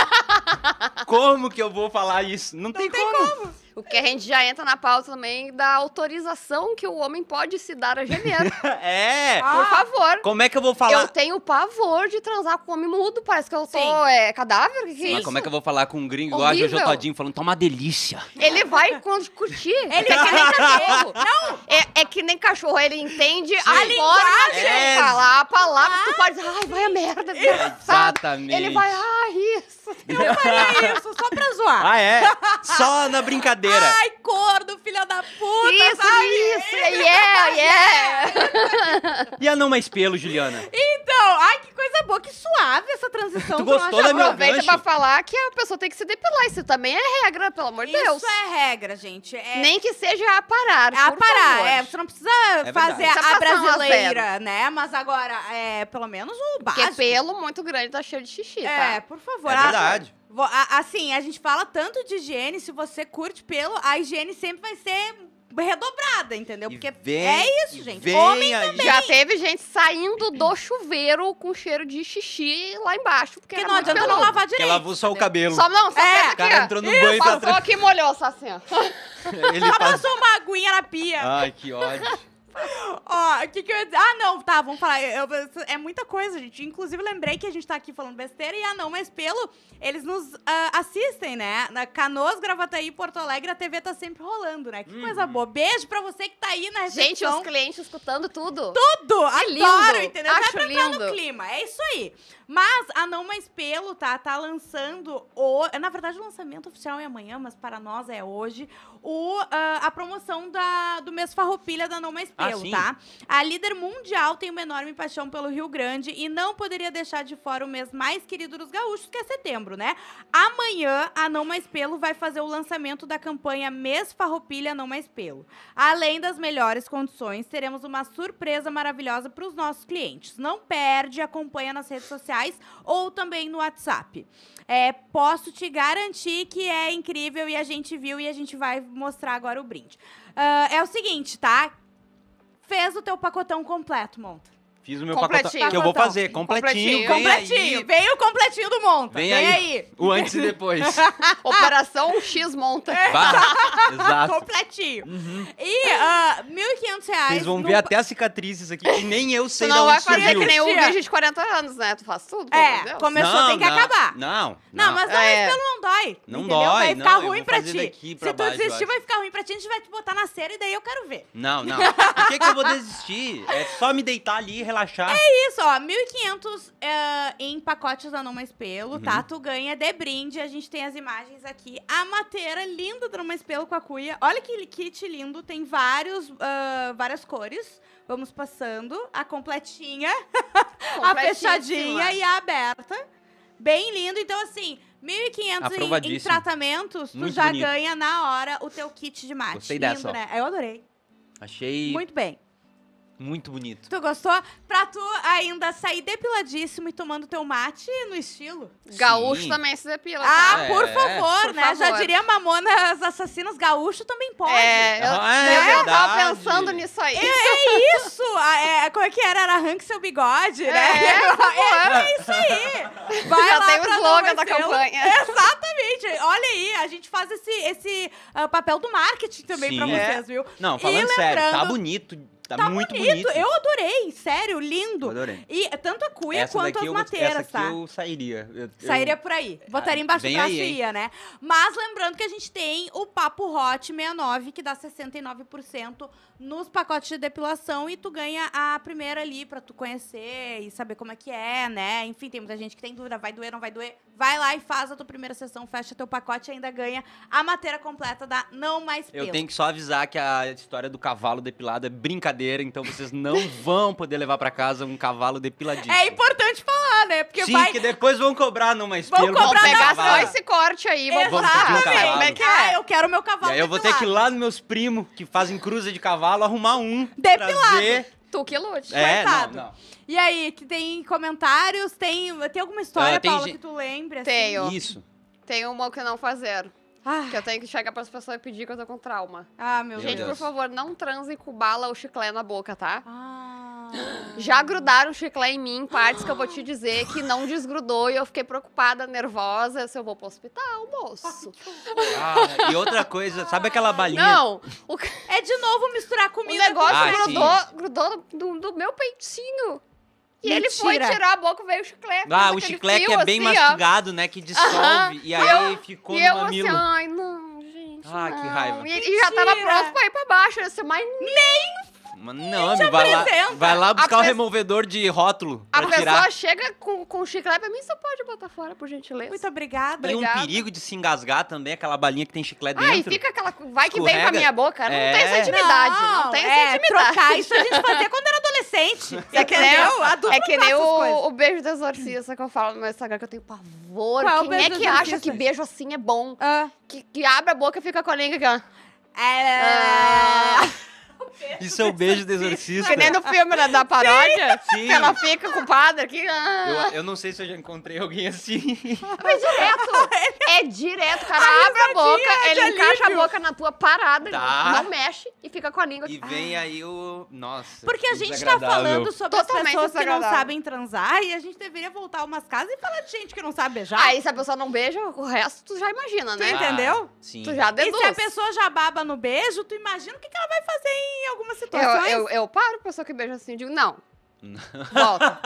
A: como que eu vou falar isso? Não, tem, como.
C: O que a gente já entra na pauta também da autorização que o homem pode se dar a gemer.
A: É.
B: Ah.
C: Por favor.
A: Como é que eu vou falar?
C: Eu tenho pavor de transar com um homem mudo. Parece que eu tô
B: Sim.
C: é, cadáver. Que que é
A: Mas
C: isso?
A: como é que eu vou falar com um gringo igual a Jojo
C: Horrível.
A: Todinho falando, tá uma delícia?
C: Ele vai quando curtir. Ele é que
B: quer
C: nem cachorro. Não. É, é que nem cachorro. Ele entende a
B: A
C: forma de
A: linguagem.
C: falar a palavra. Tu pode dizer, ai, vai a merda. desgraçado.
A: Exatamente.
C: Ele vai, ai, isso.
B: Eu falei É isso só pra zoar.
A: Ah, é? Só na brincadeira.
B: Ai, corno, filha da puta, tá
C: Isso,
B: sabe?
C: isso, yeah, yeah.
A: E a não mais pelo, Juliana? É
B: Então, ai, que coisa boa, que suave essa transição.
A: Tu
B: tu não
A: gostou
B: acha
A: da minha
B: bom?
C: Aproveita
A: É gancho.
C: pra falar que a pessoa tem que se depilar. Isso também é regra, pelo amor de Deus.
B: Isso é regra, gente. É...
C: Nem que seja a parar,
B: a
C: por
B: parar,
C: favor.
B: é, você não precisa
A: verdade.
B: fazer
A: Não
C: precisa
B: a
C: passar um a
B: brasileira, né? Mas agora, é, pelo menos o
C: Porque
B: básico.
C: pelo muito grande tá cheio de xixi,
B: É,
C: tá?
B: por favor.
A: É
B: Ah,
A: verdade.
B: vo- a- Assim, a gente fala tanto de higiene, se você curte pelo, a higiene sempre vai ser redobrada, entendeu?
A: E
B: Porque
A: vem-
B: é
A: e
B: isso, gente.
A: vem
B: Homem
A: aí.
C: Já teve gente saindo do chuveiro com cheiro de xixi lá embaixo,
B: Porque
C: porque, era
B: não
C: muito
B: adianta não
C: peludo.
B: lavar
A: Porque
B: direito.
A: lavou só o cabelo.
C: Só não, só
B: É.
C: é.
A: O cara
C: aqui,
A: entrou no
B: Isso,
A: banho e
C: ó.
A: tá...
C: Passou aqui e molhou, só assim, ó.
A: Ele passou...
B: Passou uma aguinha na pia.
A: Ai, que ódio.
B: Ó, o que que eu ia dizer? Ah, não, tá, vamos falar. Eu- eu- é muita coisa, gente. Inclusive, lembrei que a gente tá aqui falando besteira e ah, não, mas pelo. Eles nos ah, assistem, né? Na Canoas, Gravataí, Porto Alegre, a TV tá sempre rolando, né? Que
A: Uhum.
B: coisa boa. Beijo pra você que tá aí na
C: Gente,
B: recepção.
C: os clientes escutando tudo.
B: tudo.
C: lindo.
B: Adoro, entendeu?
C: Acho
B: Sempre entrar no
C: lindo.
B: clima. É isso aí. Mas a Não Mais Pelo, tá? Tá lançando o... Na verdade, o lançamento oficial é amanhã, mas para nós é hoje. O, ah, a promoção da, do mês Farroupilha da Não Mais
A: Ah,
B: Pelo,
A: sim.
B: tá? A líder mundial tem uma enorme paixão pelo Rio Grande e não poderia deixar de fora o mês mais querido dos gaúchos, que é setembro, né? Amanhã, a Não Mais Pelo vai fazer o lançamento da campanha Mês Farroupilha Não Mais Pelo. Além das melhores condições, teremos uma surpresa maravilhosa para os nossos clientes. Não perde, acompanha nas redes sociais ou também no WhatsApp. É, posso te garantir que é incrível e a gente viu e a gente vai mostrar agora o brinde. Ah, é o seguinte, tá? Fez o teu pacotão completo, Monta.
A: Fiz o meu
C: Completinho.
A: pacotão. Que eu vou
B: Pacotão.
A: fazer. Completinho.
C: Completinho.
A: Vem
B: completinho,
A: aí.
B: veio o completinho do Monta.
A: Vem
B: Vem,
A: aí.
B: aí.
A: O antes e depois.
C: Operação X monta.
A: Vá. Exato. Uhum.
B: Completinho. E ah, R$ 1.500 reais.
A: Vocês vão
B: no
A: ver até as cicatrizes aqui, que nem eu sei
C: Tu
A: de
C: não
A: onde
C: vai fazer
A: surgiu.
C: que nem um
B: Tia.
C: vídeo de 40 anos, né? Tu faz tudo, pelo amor de
B: É,
C: Deus.
B: começou, tem que acabar.
A: Não,
B: Não, mas não,
C: É.
B: mas pelo não dói.
A: Não
B: entendeu?
A: dói,
B: Vai
A: não,
B: ficar
A: eu vou
B: ruim pra
A: fazer
B: ti.
A: daqui pra
B: Se tu
A: baixo, eu
B: desistir,
A: acho.
B: vai ficar ruim pra ti. A gente vai te botar na série, daí eu quero ver.
A: Não, não. Por que, que eu vou desistir? É só me deitar ali e relaxar.
B: Isso, ó, 1.500 é, em pacotes da Numa Espelo, tá?
A: Uhum.
B: Tu ganha de brinde, a gente tem as imagens aqui. A mateira linda da Numa Espelo com a cuia. Olha que kit lindo, tem vários, ah, várias cores. Vamos passando. A completinha, a fechadinha e a aberta. Bem lindo. Então, assim, 1.500 em, em
A: Aprovadíssimo.
B: tratamentos, tu
A: Muito
B: já
A: bonito.
B: ganha na hora o teu kit de mate.
A: Gostei
B: lindo,
A: dessa, ó.
B: né? Eu adorei.
A: Achei
B: Muito
A: muito,
B: bem.
A: bonito.
B: Tu gostou? Pra tu ainda sair depiladíssimo e tomando teu mate no estilo.
C: Gaúcho
A: Sim.
C: também se depila.
B: Ah,
A: É.
B: por favor,
C: tá- Por
B: né?
C: favor.
B: Já diria Mamona, as assassinas gaúcho também
C: tá?
B: pode.
C: É, eu,
A: Ah, é
C: eu tava
A: verdade.
C: pensando nisso aí.
B: Isso! ah, É, como é que era? Era arranque seu bigode, né?
C: É, por favor.
B: É isso aí! Vai
C: Já
B: lá
C: tem o
B: pra
C: slogan
B: Dom
C: da
B: Marcelo.
C: campanha.
B: Exatamente! Olha aí, a gente faz esse, esse ah, papel do marketing também pra
A: Sim.
B: vocês, viu?
A: Não,
B: E
A: falando sério, tá
B: lembrando-
A: bonito. Tá,
B: Tá
A: muito
B: bonito.
A: bonito.
B: Eu adorei, sério, lindo.
A: Adorei.
B: E tanto a cuia
A: Essa
B: quanto
A: daqui
B: as
A: eu,
B: mateiras,
A: essa aqui
B: tá?
A: eu sairia. Eu- eu-
B: Sairia por aí. Botaria
A: Ah,
B: embaixo do
A: vem
B: braço
A: aí,
B: e
A: hein?
B: ia, né? Mas lembrando que a gente tem o Papo Hot 69, que dá 69% nos pacotes de depilação. E tu ganha a primeira ali pra tu conhecer e saber como é que é, né? Enfim, tem muita gente que tem dúvida. Vai doer, não vai doer? Vai lá e faz a tua primeira sessão, fecha teu pacote e ainda ganha a matéria completa da Não Mais Pelo.
A: Eu tenho que só avisar que a história do cavalo depilado é brincadeira, então vocês não vão poder levar pra casa um cavalo depiladinho.
B: É importante falar, né? Porque
A: Sim,
B: vai...
A: que depois vão cobrar numa espelho.
B: Vão
A: pra
B: cobrar
C: Vamos
A: um
C: pegar
A: cavalo.
C: só esse corte aí, vamos
A: Vamos
C: lá.
A: pedir um
C: Como é
A: cavalo.
C: que é?
B: Ah, eu quero meu
A: E
B: cavalo
A: aí eu vou ter que ir lá nos meus primos que fazem cruza de cavalo arrumar um.
B: Depilado.
A: Trazer.
C: Tu que lute.
A: É, não,
B: Coitado.
A: não.
B: E aí, que tem comentários, tem, tem alguma história,
A: Ah, tem
B: Paula,
A: gen-
B: que tu lembra? assim?
C: Tenho.
A: Isso.
C: Tem uma que não fazer.
B: Ah,
C: Que eu tenho que chegar pras pessoas e pedir que eu tô com trauma.
B: ah, meu
A: Meu
C: Gente,
B: Deus.
A: Deus.
C: por favor, não transem com bala ou chiclé na boca, tá?
B: Ah.
C: Já grudaram chiclé em mim, partes que eu vou te dizer que não desgrudou e eu fiquei preocupada, nervosa, se eu vou pro hospital, moço.
A: Ah, e outra coisa, sabe aquela balinha?
C: Não, o, ca-
B: É de novo misturar
C: o
B: comida né?
C: negócio é
A: Ah, sim.
B: assim.
C: grudou, grudou do, do meu peitinho. E ele foi
B: Mentira.
C: tirar a boca e veio o chiclete.
A: Ah,
C: fez
A: o
C: aquele
A: chiclete
C: fio
A: é bem
C: assim, ó.
A: mastigado, né? Que dissolve.
C: Aham.
A: E aí ficou
C: E
A: no
C: eu
A: mamilo.
C: assim, ai, não, gente.
A: Ah, que
C: não."
A: raiva.
C: E, e já tava
B: Mentira.
C: pronto pra ir pra baixo. Eu disse, mas
A: Mas Não, amigo, vai lá,
B: apresenta.
A: vai lá buscar
C: A
A: o
C: pe-
A: removedor de rótulo
C: a
A: pra
C: pessoa
A: tirar.
C: chega com, com o chiclete pra mim, você pode botar fora, por gentileza.
B: Muito obrigada.
A: Tem um
C: Obrigada.
A: perigo de se engasgar também, aquela balinha que tem chiclete
C: Ah, e
A: dentro.
C: fica aquela. co- Vai que vem pra
A: Escorrega.
C: minha boca. Não
A: É.
C: tem essa intimidade. Não, tem essa
B: é,
C: intimidade.
B: trocar. Isso a gente fazia quando era adolescente. Você entendeu? Adulto
C: É que nem
B: não faz essas
C: o,
B: coisas.
C: o beijo do exorcista que eu falo no meu Instagram, que eu tenho pavor.
B: Qual é o
C: Quem
B: beijo
C: é
B: do
C: que acha
B: exorcista?
C: que beijo assim é bom?
B: Ah,
C: Que, que abre a boca e fica com a língua aqui, ó. É. Ah,
B: é...
A: Isso é o beijo do exorcista.
C: Que nem no filme né, da paródia.
A: é. Sim.
C: Que ela fica com o padre aqui. ah.
A: Eu, eu não sei se eu já encontrei alguém assim.
C: É direto. É direto, cara. abre a boca, ele encaixa a boca na tua parada,
A: Tá.
C: não mexe e fica com a língua
A: E
C: aqui. Ah.
A: vem aí o. Nossa.
B: Porque a gente tá
A: desagradável.
B: falando sobre as
C: Totalmente
B: pessoas que não
C: desagradável.
B: sabem transar e a gente deveria voltar a umas casas e falar de gente que não sabe beijar.
C: Aí se a pessoa não beija, o resto tu já imagina,
B: Tu
C: né?
B: entendeu?
A: Ah, Sim.
C: Tu já
B: E
C: deduz.
B: se a pessoa já baba no beijo, tu imagina o que, que ela vai fazer em algumas
C: Eu,
B: situações.
C: eu, eu paro, pessoa que beija assim, eu digo, não. Volta.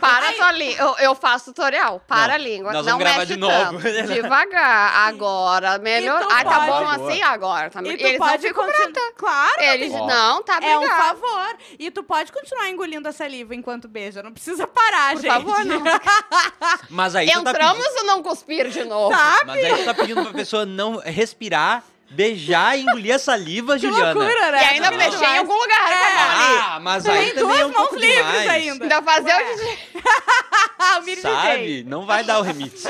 C: Para a tua língua. Eu, eu faço tutorial. Para a língua.
A: nós
C: não
A: vamos gravar
C: mexe
A: de novo.
C: tanto. Devagar. Agora. Melhor.
B: tu
C: Ai, tá
B: Então pode-
C: bom assim? Agora. Tá...
B: E tu
C: Eles não
B: pode
C: ficam
B: continuar. Claro,
C: Eles
A: Ó.
C: não, tá
B: é um
C: obrigado.
B: favor. E tu pode continuar engolindo a saliva enquanto beija. Não precisa parar,
C: Por
B: gente. Tá?
C: favor, não.
A: Mas aí tu tá
C: Entramos
A: pedindo.
C: ou não cuspir de novo?
B: Tá?
A: Mas aí tu tá pedindo pra pessoa não respirar, beijar e engolir a saliva,
B: Que
A: Juliana.
B: loucura,
C: E
B: né?
C: ainda
B: Não,
C: mexer
B: não.
C: em algum lugar com a mão ali.
A: Ah, mas
B: Tem
A: aí também
B: duas
A: é um
B: mãos
A: pouco
B: livres
A: demais.
B: ainda.
C: Ainda fazer
B: Ué.
C: o DJ.
B: Ah, o Miri DJ.
A: Sabe? Não vai dar o remix.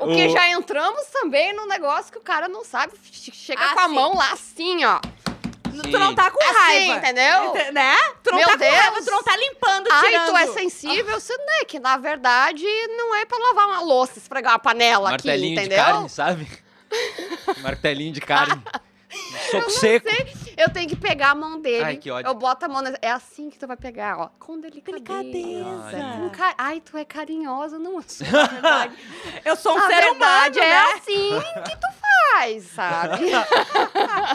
C: O que
A: O-
C: já entramos também num negócio que o cara não sabe. che- Chega
B: Ah,
C: com a
B: sim.
C: mão lá assim, ó.
B: Tu não tá com
C: Assim,
B: raiva.
C: entendeu?
B: Ente- Né? Tu não
C: Meu
B: tá com raiva,
C: Deus.
B: tu não tá limpando,
C: Ai,
B: tirando.
C: tu é sensível, você não é que na verdade não é pra lavar uma louça, esfregar uma panela
A: Martelinho de
C: aqui, entendeu?
A: carne, sabe? Martelinho de carne. Soco seco.
C: Eu tenho que pegar a mão dele.
A: Ai, que ódio.
C: Eu boto a mão na... É assim que tu vai pegar, ó. Com delicadeza.
B: Delicadeza.
C: Com ca- Ai, tu é carinhosa, não sou, na verdade.
B: Eu sou um
C: na
B: ser humano,
C: verdade, é
B: né?
C: assim que tu faz, sabe?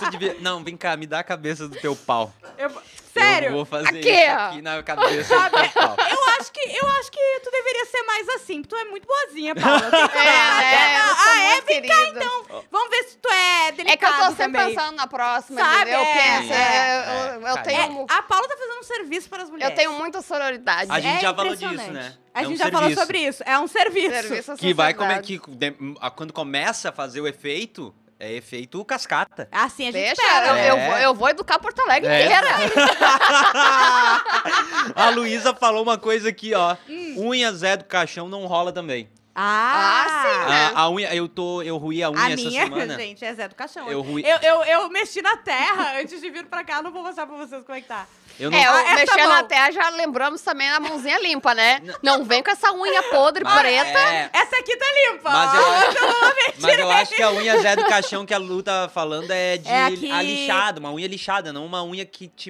A: Tu devia- Não, vem cá, me dá a cabeça do teu pau.
C: é.
B: Eu- Sério.
A: Eu vou fazer
C: Aqui,
A: isso
C: ó.
A: aqui na cabeça do teu pau.
B: acho que, eu acho que tu deveria ser mais assim. Tu é muito boazinha, Paula. Tem que
C: É,
B: falar,
C: né?
B: não,
C: Eu sou
B: ah, é?
C: muito
B: Vem cá,
C: querida.
B: então. Vamos ver se tu é
C: É que eu
B: delicado
C: tô sempre
B: também.
C: pensando na próxima,
B: Sabe?
C: entendeu? Eu
B: É,
C: penso,
A: é,
C: eu,
A: é,
C: eu
A: cara.
B: É,
C: tenho,
B: a Paula tá fazendo um serviço para as mulheres.
C: eu tenho um muita sororidade.
A: A gente
B: É
A: já falou disso,
B: impressionante.
A: né?
B: A
A: É
B: gente
A: um
B: já falou
A: serviço.
B: sobre isso. É um serviço.
C: Serviço à
A: Que vai como é
C: sociedade.
A: que de- a- quando começa a fazer o efeito, é efeito cascata.
B: Assim a gente
C: Deixa,
B: pega.
C: eu,
A: É.
C: eu vou, eu vou educar Porto Alegre
A: É.
C: inteira.
A: a Luísa falou uma coisa aqui, ó.
C: Hum.
A: Unha Zé do caixão não rola também.
B: Ah,
C: Ah, sim.
A: A, a unha, eu tô, eu ruí a unha
B: A
A: essa
B: minha,
A: semana.
B: gente, é Zé do Caixão.
A: Eu
B: Eu,
A: ruí-
B: eu, eu, mexi na terra antes de vir pra cá, não vou mostrar pra vocês como é que tá.
A: Eu não
C: É, eu
B: Ah, essa
C: mexer
B: mão.
C: na terra, já lembramos também a mãozinha limpa, né? Não vem com essa unha podre, preta.
A: É,
B: Essa aqui tá limpa.
A: Mas
B: ó.
A: eu, mas eu acho que a unha Zé do Caixão que a Lu tá falando é de
B: É aqui.
A: a lixada, uma unha lixada, não uma unha que te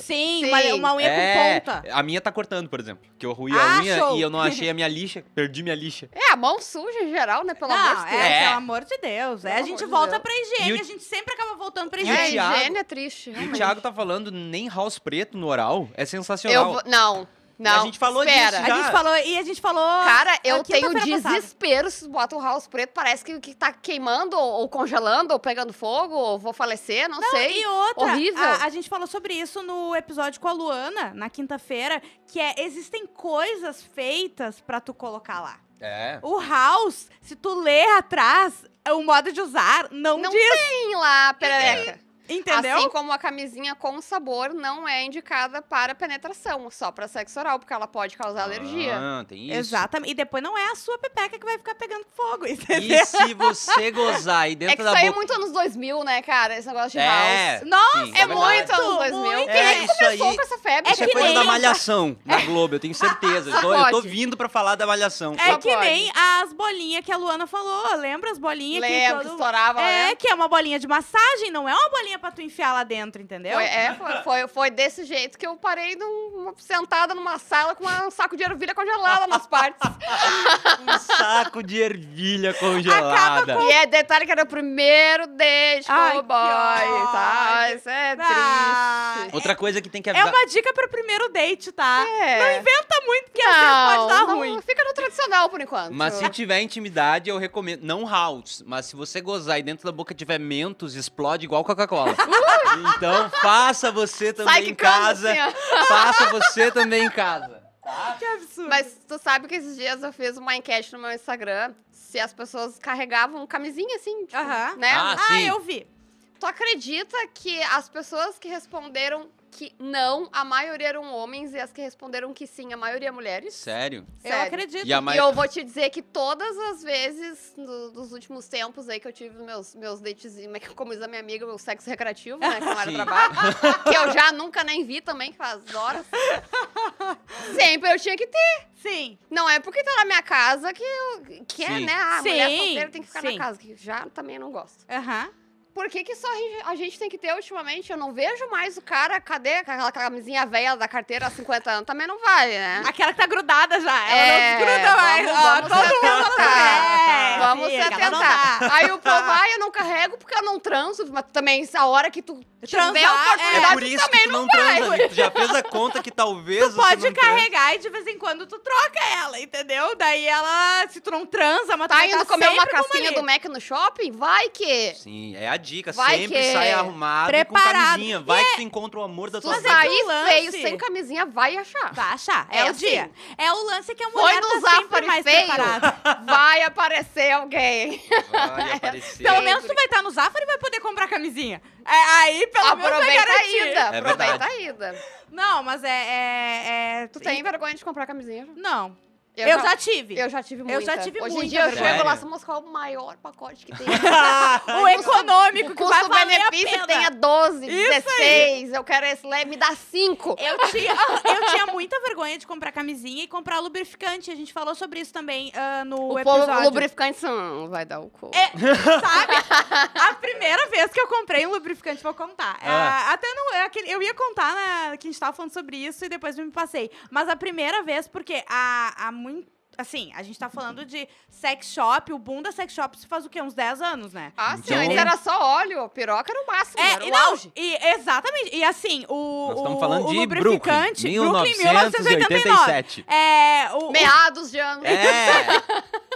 B: Sim,
C: Sim.
B: Uma, uma unha
A: é,
B: com ponta.
A: A minha tá cortando, por exemplo. Que eu ruí
B: Ah,
A: a unha
B: show.
A: e eu não achei a minha lixa, perdi minha lixa.
C: É, a mão suja em geral, né? Pelo amor
B: não,
C: de Deus.
B: é,
A: Deus.
B: pelo amor de Deus. É,
C: Pelo
B: a gente
C: amor de
B: volta
C: Deus.
B: pra higiene,
A: E o-
B: a gente sempre acaba voltando pra
A: e o
C: É,
B: higiene.
A: Thiago?
C: higiene é triste.
A: E o
C: realmente.
A: Thiago tá falando nem house preto no oral. É sensacional.
C: Eu vou, não, não.
A: A gente falou
C: espera.
A: disso é
B: a
A: já.
B: gente falou, e a gente falou...
C: Cara, eu
B: na
C: tenho
B: quinta-feira passada.
C: desespero se bota o house preto. Parece que, que tá queimando, ou, ou congelando, ou pegando fogo, ou vou falecer, não, sei.
B: E outra,
C: Horrível.
B: a, a gente falou sobre isso no episódio com a Luana, na quinta-feira, que é, existem coisas feitas pra tu colocar lá.
A: É.
B: O house, se tu ler atrás, é o modo de usar
A: um
B: não,
C: Não
B: diz,
C: Tem lá,
A: É.
C: perereca.
B: entendeu?
C: Assim como a camisinha com sabor não é indicada para penetração, só para sexo oral, porque ela pode causar alergia.
A: Ah, tem isso.
B: Exatamente. E depois não é a sua pepeca que vai ficar pegando fogo, entendeu?
A: E se você gozar e
C: É
A: dentro
C: que
A: da
C: saiu
A: boca...
C: muito anos 2000, né, cara? Esse negócio de
A: É.
C: house.
B: Nossa,
A: sim,
C: É,
A: verdade.
C: muito anos 2000.
B: muito.
C: Quem é
A: É,
C: que
A: isso aí...
C: começou com essa febre?
A: Isso é
B: que
A: coisa da
B: nem-
A: Malhação, da Globo, eu tenho certeza. Eu tô, eu tô
C: Pode.
A: vindo pra falar da Malhação.
B: É
C: Só
B: que
C: pode.
B: nem as bolinhas que a Luana falou. Lembra as bolinhas
C: Lembra,
B: que
C: que
B: todo...
C: estourava,
B: É,
C: né?
B: que é uma bolinha de massagem, não é uma bolinha pra tu enfiar lá dentro, entendeu?
C: Foi, é, foi, foi, foi desse jeito que eu parei num- sentada numa sala com uma- um saco de ervilha congelada nas partes.
A: Um saco de ervilha
B: Acaba
A: congelada.
C: e é detalhe que era o primeiro date
B: Ai,
C: com o
B: que
C: boy, tá?
B: ódio.
C: Isso é
B: Ah,
C: triste.
A: Outra coisa que tem que
B: É
A: avisar.
B: uma dica pro primeiro date, tá?
C: É.
B: Não inventa muito, porque às vezes pode dar
C: não,
B: ruim.
C: Fica no tradicional por enquanto.
A: Mas se tiver intimidade, eu recomendo. Não house, mas se você gozar e dentro da boca tiver mentos, explode igual Coca-Cola. então faça você também
C: Uh! Sai que
A: em casa. faça você também em casa.
B: Que absurdo.
C: Mas tu sabe que esses dias eu fiz uma enquete no meu Instagram se as pessoas carregavam camisinha assim, tipo,
B: Aham.
C: né?
A: Ah,
B: Ah,
A: sim.
B: eu vi.
C: Tu acredita que as pessoas que responderam que não, a maioria eram homens e as que responderam que sim, a maioria é mulheres?
A: Sério?
B: Eu
C: Sério.
B: acredito.
A: E a mais.
C: E eu vou te dizer que todas as vezes no- dos últimos tempos aí que eu tive meus, meus dates, como é que- como diz a minha amiga, o sexo recreativo, né? Que não era
A: Sim.
C: trabalho. que eu já nunca nem vi também, que faz horas. Sempre eu tinha que ter.
B: Sim.
C: Não é porque tá na minha casa que, eu, que é,
A: Sim.
C: né? A mulher
B: Sim,
C: solteira tem que ficar
B: sim.
C: na casa, que já também não gosto.
B: Aham.
C: Por que, que só a gente- a gente tem que ter ultimamente? Eu não vejo mais o cara, cadê aquela camisinha velha da carteira há 50 anos? Também não vale, né?
B: Aquela que tá grudada já. Ela
C: É,
B: não desgruda mais.
C: vamos-
B: Ó,
C: vamos
B: todo
C: se
B: mundo falando,
C: atentar.
B: é,
C: Tá. Vamos se
B: amiga, ela não
C: atentar.
B: dá.
C: Aí o povo, ah, eu não carrego porque eu não transo, mas também a hora que tu tiver a
B: Transar,
A: É por
C: oportunidade, tu tá
A: isso que
C: também
A: tu
C: não
A: não
C: vai.
A: transa, amigo. Tu já fez a conta que talvez
B: Tu
A: você
B: pode
A: não transe.
B: carregar e de vez em quando tu troca ela, entendeu? Daí ela, se tu não transa, mas tu
C: Tá
B: vai
C: indo
B: tá
C: comer uma
B: sempre com
C: casquinha
B: ali.
C: do Mac no shopping? Vai que...
A: Sim, é a dica.
C: Vai
A: Sempre
C: que- É.
A: sai arrumado e com
B: Preparado.
A: camisinha. Vai que tu encontra o amor da
C: Tu
A: tua
B: Mas é
A: vida.
B: que o
C: sair
B: lance-
C: feio sem camisinha, vai achar.
B: Vai achar, é,
C: É
B: o
C: assim.
B: dia. É o lance que a
C: Foi
B: mulher
C: no
B: tá
C: Zafari
B: sempre mais
C: feio.
B: preparada.
C: Vai aparecer alguém.
A: Vai aparecer.
C: Então
B: Pelo menos tu vai estar no Zafari e vai poder comprar camisinha. É, aí, pelo menos, vai
C: Aproveita a
B: garantir.
C: ida,
A: É
C: aproveita
A: verdade.
C: a ida.
B: Não, mas é... é- é-
C: Tu tem vergonha de comprar camisinha?
B: Não, eu, já, tive.
C: Eu já tive muita.
B: Eu já tive
C: Hoje
B: muita
C: em dia eu
B: vergonha.
C: chego lá,
A: Sério?
C: se mostrar o maior pacote que tem.
B: O econômico,
C: o
B: que vai valer a
C: custo-benefício
B: pena.
C: que é tenha 12,
B: Isso
C: 16. Eu quero esse leve, me dá 5.
B: Eu tinha, eu tinha muita vergonha de comprar camisinha e comprar lubrificante. A gente falou sobre isso também ah, no
C: O
B: episódio.
C: povo lubrificante não vai dar o cu.
B: É, sabe? A primeira vez que eu comprei um lubrificante, vou contar. É,
A: Ah.
B: até não. é aquele- eu ia contar né, que a gente tava falando sobre isso e depois eu me passei. Mas a primeira vez, porque há, há muito. assim, a gente tá falando de sex shop, o boom da sex shop se faz o quê? Uns 10 anos, né?
C: Ah, sim,
A: Então-
C: antes era só óleo, piroca era o máximo, era
B: É, e
C: o
B: não,
C: auge.
B: e- exatamente. E assim, o,
A: Nós
B: o,
A: estamos falando
B: o
A: de
B: lubrificante.
A: Brooklyn,
B: Brooklyn, 1989.
A: 1987.
B: É, o, o-
C: Meados de ano.
A: É,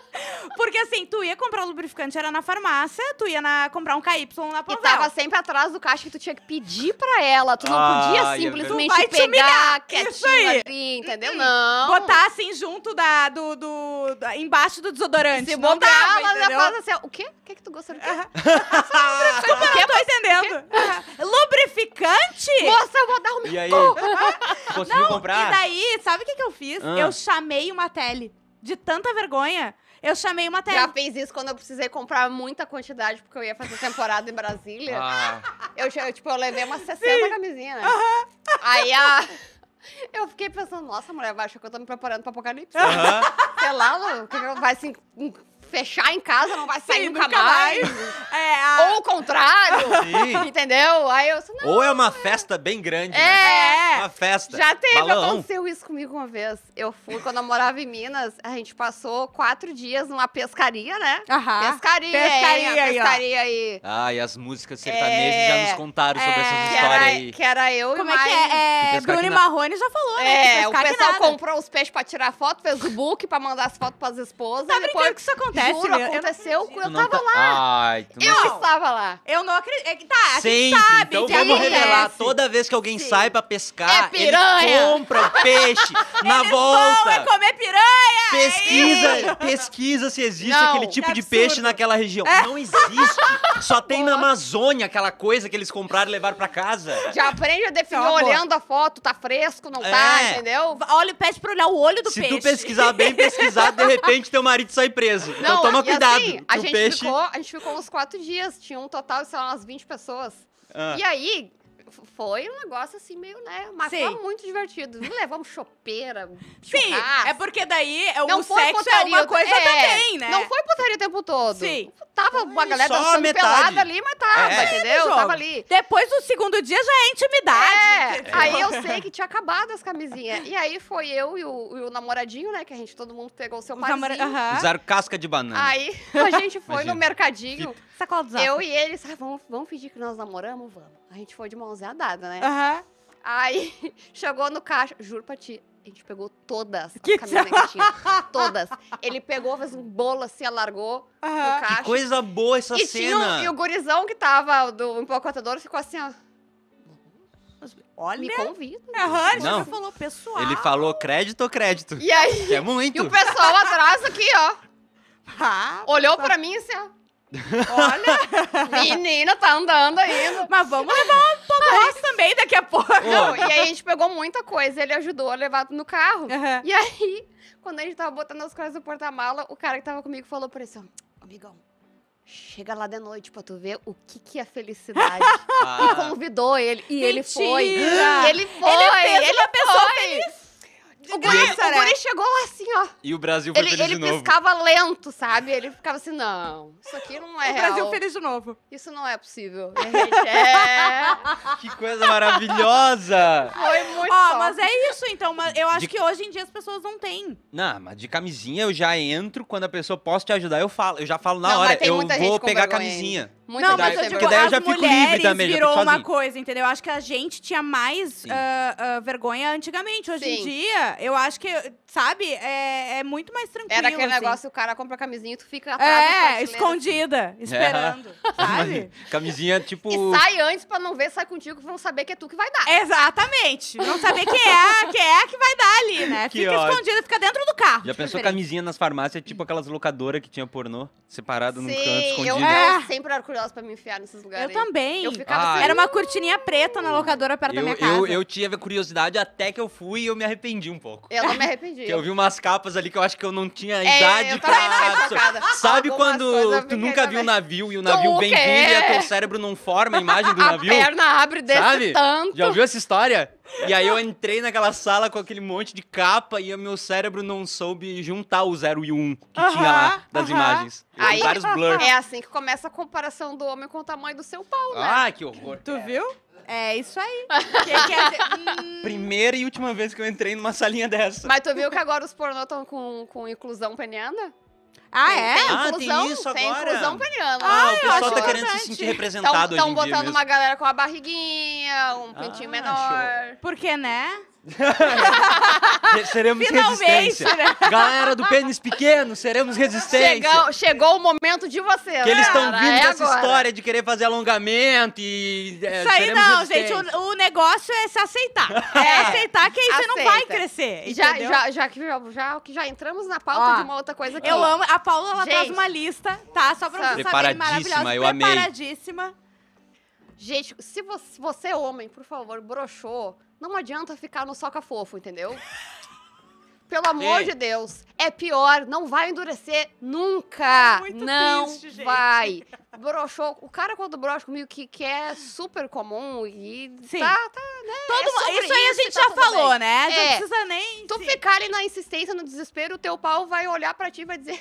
B: porque assim, tu ia comprar o lubrificante, era na farmácia, tu ia na, comprar um KY na
C: E
B: Panvel.
C: tava assim, sempre atrás do caixa que tu tinha que pedir pra ela. Tu não
A: Ah,
C: podia
A: é
C: simplesmente
B: verdade. Tu vai te
C: pegar
B: isso
C: quietinho
B: aí. Hum,
C: ali, entendeu? Não.
B: Botar assim junto da, do, do- da- embaixo do desodorante.
C: Se
B: não
C: bobear,
B: dava,
C: ela já
B: entendeu?
C: faz assim, ó, o quê? O que que tu gostaria? do quê?
B: Desculpa, eu não tô entendendo. Lubrificante?
C: Moça, eu vou dar um o meu
A: e aí?
C: cu.
A: Conseguiu comprar?
B: E daí, sabe o que, que eu fiz?
A: Ah.
B: Eu chamei uma tele. De tanta vergonha, eu chamei uma tele.
C: Já fez isso quando eu precisei comprar muita quantidade, porque eu ia fazer temporada em Brasília.
A: Ah,
C: Eu, che- eu, tipo, eu levei umas 60 camisinhas, né? Aí a... Eu fiquei pensando, nossa, mulher, vai achar que eu tô me preparando pra apocalipse.
A: aham.
C: Sei lá, o que que vai se en- fechar em casa, não vai sair
B: Sim,
C: nunca,
B: nunca
C: mais.
B: É, a-
C: Ou o contrário,
A: Sim.
C: entendeu? Aí eu disse, não,
A: Ou é uma festa bem grande, né?
B: É.
A: Uma festa.
C: Já teve,
A: Balão.
C: aconteceu isso comigo uma vez. Eu fui, quando eu morava em Minas, a gente passou quatro dias numa pescaria, né?
B: Aham.
C: pescaria,
B: Ah, pescaria
C: hein? A
B: aí, ó.
C: pescaria aí.
A: Ah, e as músicas sertanejas já nos contaram sobre
B: É.
A: essas
C: Que
A: histórias
C: era,
A: aí.
C: que era eu
B: Como
C: e
B: é
C: mais...
B: que é? é
A: pescar
B: Bruno
A: que
B: e
A: na-
B: Marrone já falou, né?
C: É,
B: que
C: o
B: pescar que
C: pessoal
B: nada.
C: comprou os peixes pra tirar foto, fez o book pra mandar as fotos pras esposas.
B: Tá
C: e depois,
B: brincando que isso acontece,
C: juro,
B: meu? Eu não
C: aconteceu.
B: acredito.
C: Eu,
A: Tu não
C: tava
A: tá-
C: lá.
A: Ai, tu não
C: Eu
B: Não.
C: estava lá.
B: Eu não acredito. É que tá, a gente é assim.
A: Sempre.
B: sabe
A: então
B: que
A: vamos
B: acontece.
A: revelar. Toda vez que alguém sai pra pescar,
C: É piranha.
A: ele compra o peixe na
B: Eles vão é
A: volta.
B: comer piranha!
A: pesquisa, pesquisa se existe
C: Não, É.
A: aquele tipo
B: que
A: de
B: absurdo.
A: peixe naquela região. Não existe. Só tem na Amazônia aquela coisa que eles compraram e levaram pra casa.
C: Já aprende a definir
B: Tá bom.
C: olhando a foto, tá fresco, não tá,
A: É.
C: entendeu?
B: Olha, pede pra olhar o olho do
A: se
B: peixe.
A: tu pesquisar bem pesquisado, de repente teu marido sai preso. então toma
C: e
A: cuidado.
C: assim, a
A: que o
C: gente
A: peixe.
C: ficou, a gente ficou uns quatro dias, tinha um total de, sei lá, umas 20 pessoas.
A: Ah.
C: E aí, f- foi um negócio assim, meio, né, mas
B: Sim.
C: foi muito divertido. Não levamos chopeira,
B: Sim,
C: churrasco.
B: é porque daí é,
C: Não
B: o
C: foi
B: sexo é
C: putaria,
B: uma coisa
C: é,
B: também, né?
C: Não foi putaria o tempo todo.
B: Sim.
C: Tava uma galera
A: só a
C: dançando
A: metade.
C: pelada ali, mas tava,
A: É.
C: entendeu?
B: jogo.
C: Tava ali.
B: Depois do segundo dia já é intimidade.
C: É, aí eu sei que tinha acabado as camisinhas. E aí foi eu e o, e o namoradinho, né? Que a gente, todo mundo pegou o seu
B: Os namora-
C: parzinho.
B: Aham.
A: Usaram casca de banana.
C: Aí a gente foi
A: Imagina.
C: no mercadinho.
B: Sacola dos
C: Eu e ele, sabe, vamos, vamos fingir que nós namoramos? Vamos. A gente foi de mãozinha dada, né?
B: Aham.
C: Aí chegou no caixa, juro pra ti, a gente pegou todas
B: Que
C: as camisetas que tinha. Todas. Ele pegou, fez um bolo assim, alargou no
B: Aham.
C: caixa.
A: Que coisa boa essa
C: e, tinha
A: cena.
C: o, e o gurizão que tava do empacotador ficou assim, ó, me
B: Olha.
C: convida.
B: Aham, ele já
A: Não.
B: falou pessoal.
A: Ele falou crédito ou crédito?
C: E aí,
A: Que é
C: e
A: muito.
C: o pessoal atrás aqui, ó,
B: Ah,
C: olhou pra mim assim, ó.
B: olha.
C: Menina, tá andando ainda.
B: Mas vamos levar uma porra também daqui a pouco.
C: Não, e aí a gente pegou muita coisa, ele ajudou a levar no carro.
B: Aham.
C: E aí, quando a gente tava botando as coisas no porta-mala, o cara que tava comigo falou pra ele assim, ó, amigão, chega lá de noite pra tu ver o que que é felicidade. e
A: Ah,
C: convidou ele, e ele foi. Ah,
B: Mentira!
C: Ele é foi,
B: Ele fez
C: ele
B: uma pessoa
C: foi. O guri,
B: graça,
C: o
B: né?
C: guri chegou lá assim, ó.
A: e o Brasil foi
C: Ele,
A: feliz
C: ele
A: de novo.
C: piscava lento, sabe? Ele ficava assim, não, isso aqui não é
B: O Brasil
C: real.
B: feliz de novo.
C: Isso não é possível. E a gente, é...
A: Que coisa maravilhosa!
C: Foi muito
B: Ó,
C: top.
B: mas é isso, então. mas eu acho
A: De-
B: que hoje em dia as pessoas não têm.
A: Não, mas de camisinha eu já entro, quando a pessoa posso te ajudar, eu falo. Eu já falo na
C: Não, mas
A: hora,
C: tem
A: eu
C: muita gente
A: vou
C: com
A: pegar a
C: vergonha
A: camisinha.
C: Muita
B: não,
A: Porque
B: mas
C: gente
B: eu digo,
A: daí-
C: teve
A: porque daí é eu
B: as
A: já fico livre
B: mulheres
A: também, já fico
B: virou uma
A: sozinho.
B: coisa, entendeu? Eu acho que a gente tinha mais
A: Sim.
B: ah, ah, vergonha antigamente. Hoje em
C: Sim.
B: dia, eu acho que, sabe, é, é muito mais tranquilo.
C: Era aquele
B: assim.
C: negócio, o cara compra a camisinha e tu fica atrás da
B: É,
C: prateleira.
B: escondida, esperando, sabe?
A: Camisinha, tipo.
C: E sai antes pra não ver, sai contigo, vão saber que é tu que vai dar.
B: Exatamente. Não saber quem é, quem é que vai dar ali, né?
A: Que
B: fica
A: ótimo.
B: escondida, fica dentro do carro.
A: Já
B: de
A: pensou
B: preferência.
A: camisinha nas farmácias, tipo aquelas locadoras que tinha pornô, separado num canto,
C: Sim, eu,
A: escondido. É.
C: eu sempre era curiosa pra me enfiar nesses lugares.
B: Eu
C: aí.
B: também.
C: Eu ficava
A: Ah,
C: assim,
B: Era uma cortininha preta na locadora perto da
A: Eu,
B: minha casa.
A: eu, eu tive curiosidade até que eu fui e eu me arrependi um pouco.
C: eu não me arrependi.
A: Porque eu vi umas capas ali que eu acho que eu não tinha
C: É,
A: idade
C: eu
A: pra.
C: também não era chocada.
A: Sabe
C: Algumas coisas eu
A: quando tu
C: fiquei
A: nunca viu
C: também.
A: um navio e o
C: Tu
A: navio bem
C: quer?
A: vindo e a teu cérebro não forma a imagem do
C: A
A: navio?
C: perna abre desse
A: Sabe?
C: tanto.
A: Já ouviu essa história? E aí eu entrei naquela sala com aquele monte de capa e o meu cérebro não soube juntar o 0 e o 1 que
B: Aham,
A: tinha lá das
B: aham.
A: imagens. Eu vi
C: Aí-
A: vários blurs.
C: É assim que começa a comparação do homem com o tamanho do seu pau, né?
A: Ah, que horror.
B: Tu viu? É isso aí. Quem
C: é
B: quer dizer- Hum,
A: Primeira e última vez que eu entrei numa salinha dessa.
C: Mas tu viu que agora os pornô estão com, com inclusão peniana?
B: Ah, é?
C: Tem
A: Ah, tem
C: inclusão,
A: isso
C: tem
A: agora?
C: inclusão peniana.
A: Ah, o
B: acho
A: pessoal tá querendo se
B: importante.
A: sentir
C: Tão-
A: representado
C: tão
A: hoje em dia
C: botando
A: mesmo.
C: uma galera com a barriguinha, um
A: Ah,
C: pintinho menor.
B: Porque, né?
A: Seremos
B: Finalmente,
A: resistência.
B: né?
A: Galera do pênis pequeno, seremos resistência.
C: Chegou, chegou o momento de você.
A: Que eles estão vindo
C: é
A: com essa
C: agora.
A: história de querer fazer alongamento e. é,
B: Isso aí
A: seremos
B: não, gente.
A: resistência.
B: O, o negócio é se aceitar. É aceitar que aí você não vai
C: Aceita.
B: crescer.
C: Já,
B: entendeu?
C: já, já, que, já que já entramos na pauta
B: Ó,
C: de uma outra coisa que
B: Eu amo. A Paula, ela
C: Gente.
B: traz uma lista, tá? Só pra vocês saberem.
A: Preparadíssima,
B: Maravilhosa.
A: eu amei.
B: Preparadíssima.
C: Gente, se você, você é homem, por favor, broxou, não adianta ficar no soca fofo, entendeu? Pelo amor
A: Sim.
C: de Deus, é pior, não vai endurecer nunca.
B: Muito
C: não
B: triste, gente.
C: vai. Broxou, o cara quando broxa comigo que, que é super comum e
B: Sim.
C: tá, tá, né?
B: Todo
C: é
B: mundo-
C: sobre
B: isso aí a
C: isso e
B: gente
C: tá
B: já
C: tudo bem.
B: falou, né? A gente
C: É.
B: não precisa nem.
C: Tu
B: se-
C: ficar ali na insistência, no desespero, o teu pau vai olhar pra ti e vai dizer: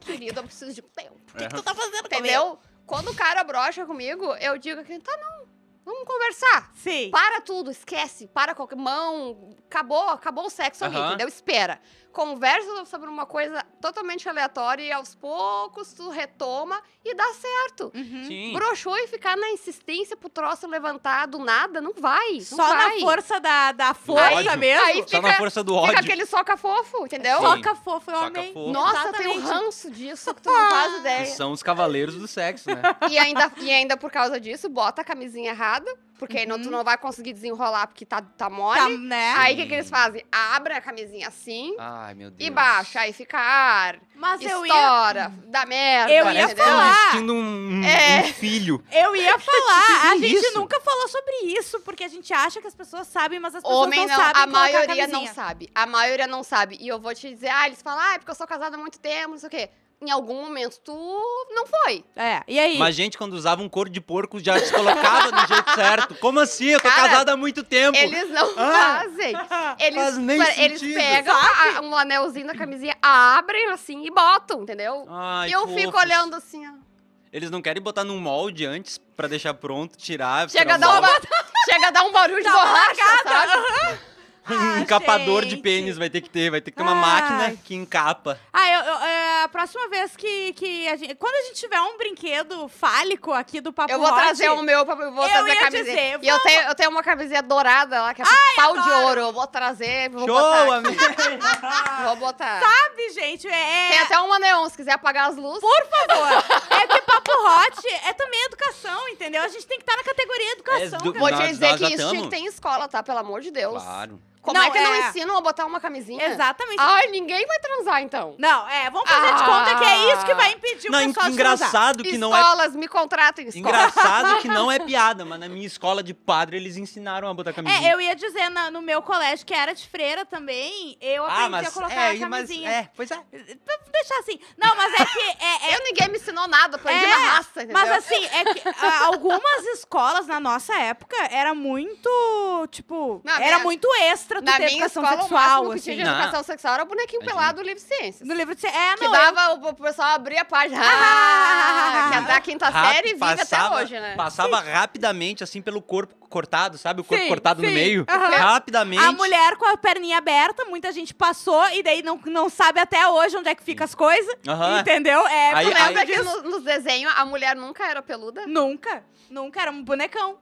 C: Querido, eu preciso de um tempo. O que, que tu tá fazendo? Entendeu? Quando o cara brocha comigo, eu digo que tá não, vamos conversar.
B: Sim.
C: Para tudo, esquece, para qualquer mão, acabou, acabou o sexo ali,
A: Aham.
C: entendeu? Espera. Conversa sobre uma coisa totalmente aleatória e aos poucos tu retoma e dá certo.
B: Uhum.
A: Sim.
C: Broxou e ficar na insistência pro troço levantar do nada, não vai. não
B: Só na
C: vai.
B: força da, da força
A: ódio.
B: mesmo.
C: Aí
A: Só na
C: fica-
A: força do
C: Fica
A: ódio.
C: aquele soca fofo, entendeu?
A: Sim.
B: Soca fofo, eu
A: Soca
B: amei.
A: fofo.
C: Nossa, eu tenho
B: Exatamente.
C: ranço disso que tu não faz
A: Que
C: ideia.
A: são os cavaleiros do sexo, né?
C: E ainda, e ainda por causa disso, bota a camisinha errada, porque aí não, tu não vai conseguir desenrolar porque tá, tá mole.
B: Tá, né?
C: Aí o que, que eles fazem? Abre a camisinha assim
A: Ai, meu Deus.
C: e baixa, aí fica ar,
B: Mas eu ia,
C: estoura, dá merda.
B: Eu ia
A: Parece que
C: entendeu?
A: tá
B: falar.
A: vestindo um, um
C: É.
A: filho.
B: eu ia falar. a
A: Tem
B: gente
A: isso?
B: nunca falou sobre isso, porque a gente acha que as pessoas sabem, mas as pessoas
C: Homem
B: não,
C: não,
B: sabem
C: a
B: colocar
C: maioria não
B: camisinha.
C: sabe. A maioria não sabe. E eu vou te dizer, ah, eles falam, ah, é porque eu sou casada há muito tempo, não sei o quê. Em algum momento tu não foi.
B: É, e aí?
A: Mas a gente, quando usava um couro de porco, já se colocava do jeito certo. Como assim? Eu tô
C: Cara,
A: casada há muito tempo.
C: Eles não
A: Ah.
C: fazem.
B: Ah,
C: Eles,
A: Faz nem
C: pa- eles
A: sentido.
C: pegam a- a- um anelzinho da camisinha, abrem assim e botam, entendeu?
A: Ai,
C: e eu
A: fofos.
C: fico olhando assim, ó.
A: Eles não querem botar num molde antes pra deixar pronto, tirar.
C: Chega a,
A: tirar
C: dar
A: o
C: uma, chega a dar um barulho de borracha, sabe?
B: Ah,
A: molde. Um encapador de
B: gente.
A: pênis vai ter que ter. Vai ter que ter uma
B: Ai.
A: máquina que encapa.
B: Ah, eu, eu- é, a próxima vez que, que a gente. Quando a gente tiver um brinquedo fálico aqui do Papo
C: Eu vou
B: Hot,
C: trazer um o meu, pra- eu vou
B: Eu
C: trazer
B: ia
C: a camisinha.
B: dizer,
C: e eu tenho, eu tenho uma camisinha dourada lá, que é pau de
B: adoro.
C: ouro. Eu vou trazer, vou
A: Show, Tá,
C: botar.
A: amigo!
C: aqui, Vou botar.
B: Sabe, gente? É,
C: Tem até uma neon, se quiser apagar as luzes.
B: Por favor. é que Papo Hot é também educação, entendeu? A gente tem que estar na categoria educação,
A: É, do-
B: cara.
C: Vou te
A: Nós-
C: dizer
A: nós já
C: que isso tinha
A: tamo.
C: que ter em escola, tá? Pelo amor de Deus.
A: Claro.
C: Como
B: Não,
C: é que não
B: é.
C: ensinam a botar uma camisinha?
B: Exatamente.
C: Ai, ninguém vai transar, então.
B: Não, é, vamos fazer de
C: Ah.
B: conta que é isso que vai impedir o
A: Não,
B: pessoal de transar.
A: engraçado que não é
C: Escolas, me contratem, escola.
A: Engraçado que não é piada, mas na minha escola de padre eles ensinaram a botar camisinha.
B: É, eu ia dizer na- no meu colégio, que era de freira também, eu aprendi
A: ah, mas
B: a colocar
A: é,
B: a
A: e- mas
B: camisinha.
A: é, pois é.
B: Pra deixar assim. Não, mas é que... é- é-
C: Eu ninguém me ensinou nada, aprendi
B: É,
C: na raça, entendeu?
B: mas assim, é que ah, algumas escolas na nossa época era muito, tipo,
C: Na
B: era
C: minha-
B: muito extra tu
C: na
B: ter
C: minha
B: educação
C: escola, o máximo
B: sexual,
C: que tinha
B: assim.
C: de
A: assim.
C: educação sexual era o bonequinho
A: Imagina.
C: pelado do livro de ciências.
B: No livro de... É,
C: Que
B: não, ah,
C: dava o pessoal abrir a página. Ah, que é da
B: Tá
C: quinta
A: Rápido,
C: série vive até hoje, né?
A: Passava rapidamente, assim, pelo corpo cortado, sabe? O corpo
B: Sim,
A: cortado no
B: sim,
A: meio.
B: aham.
A: Rapidamente.
B: A mulher com a perninha aberta, muita gente passou e daí não, não sabe até hoje onde é que fica as coisas.
A: Aham.
B: Entendeu? É,
A: Ah. Aí- é.
C: Tu
B: tu lembra
C: lembra que
B: disso?
C: no- nos desenhos a mulher nunca era peluda?
B: Nunca. Nunca era um bonecão.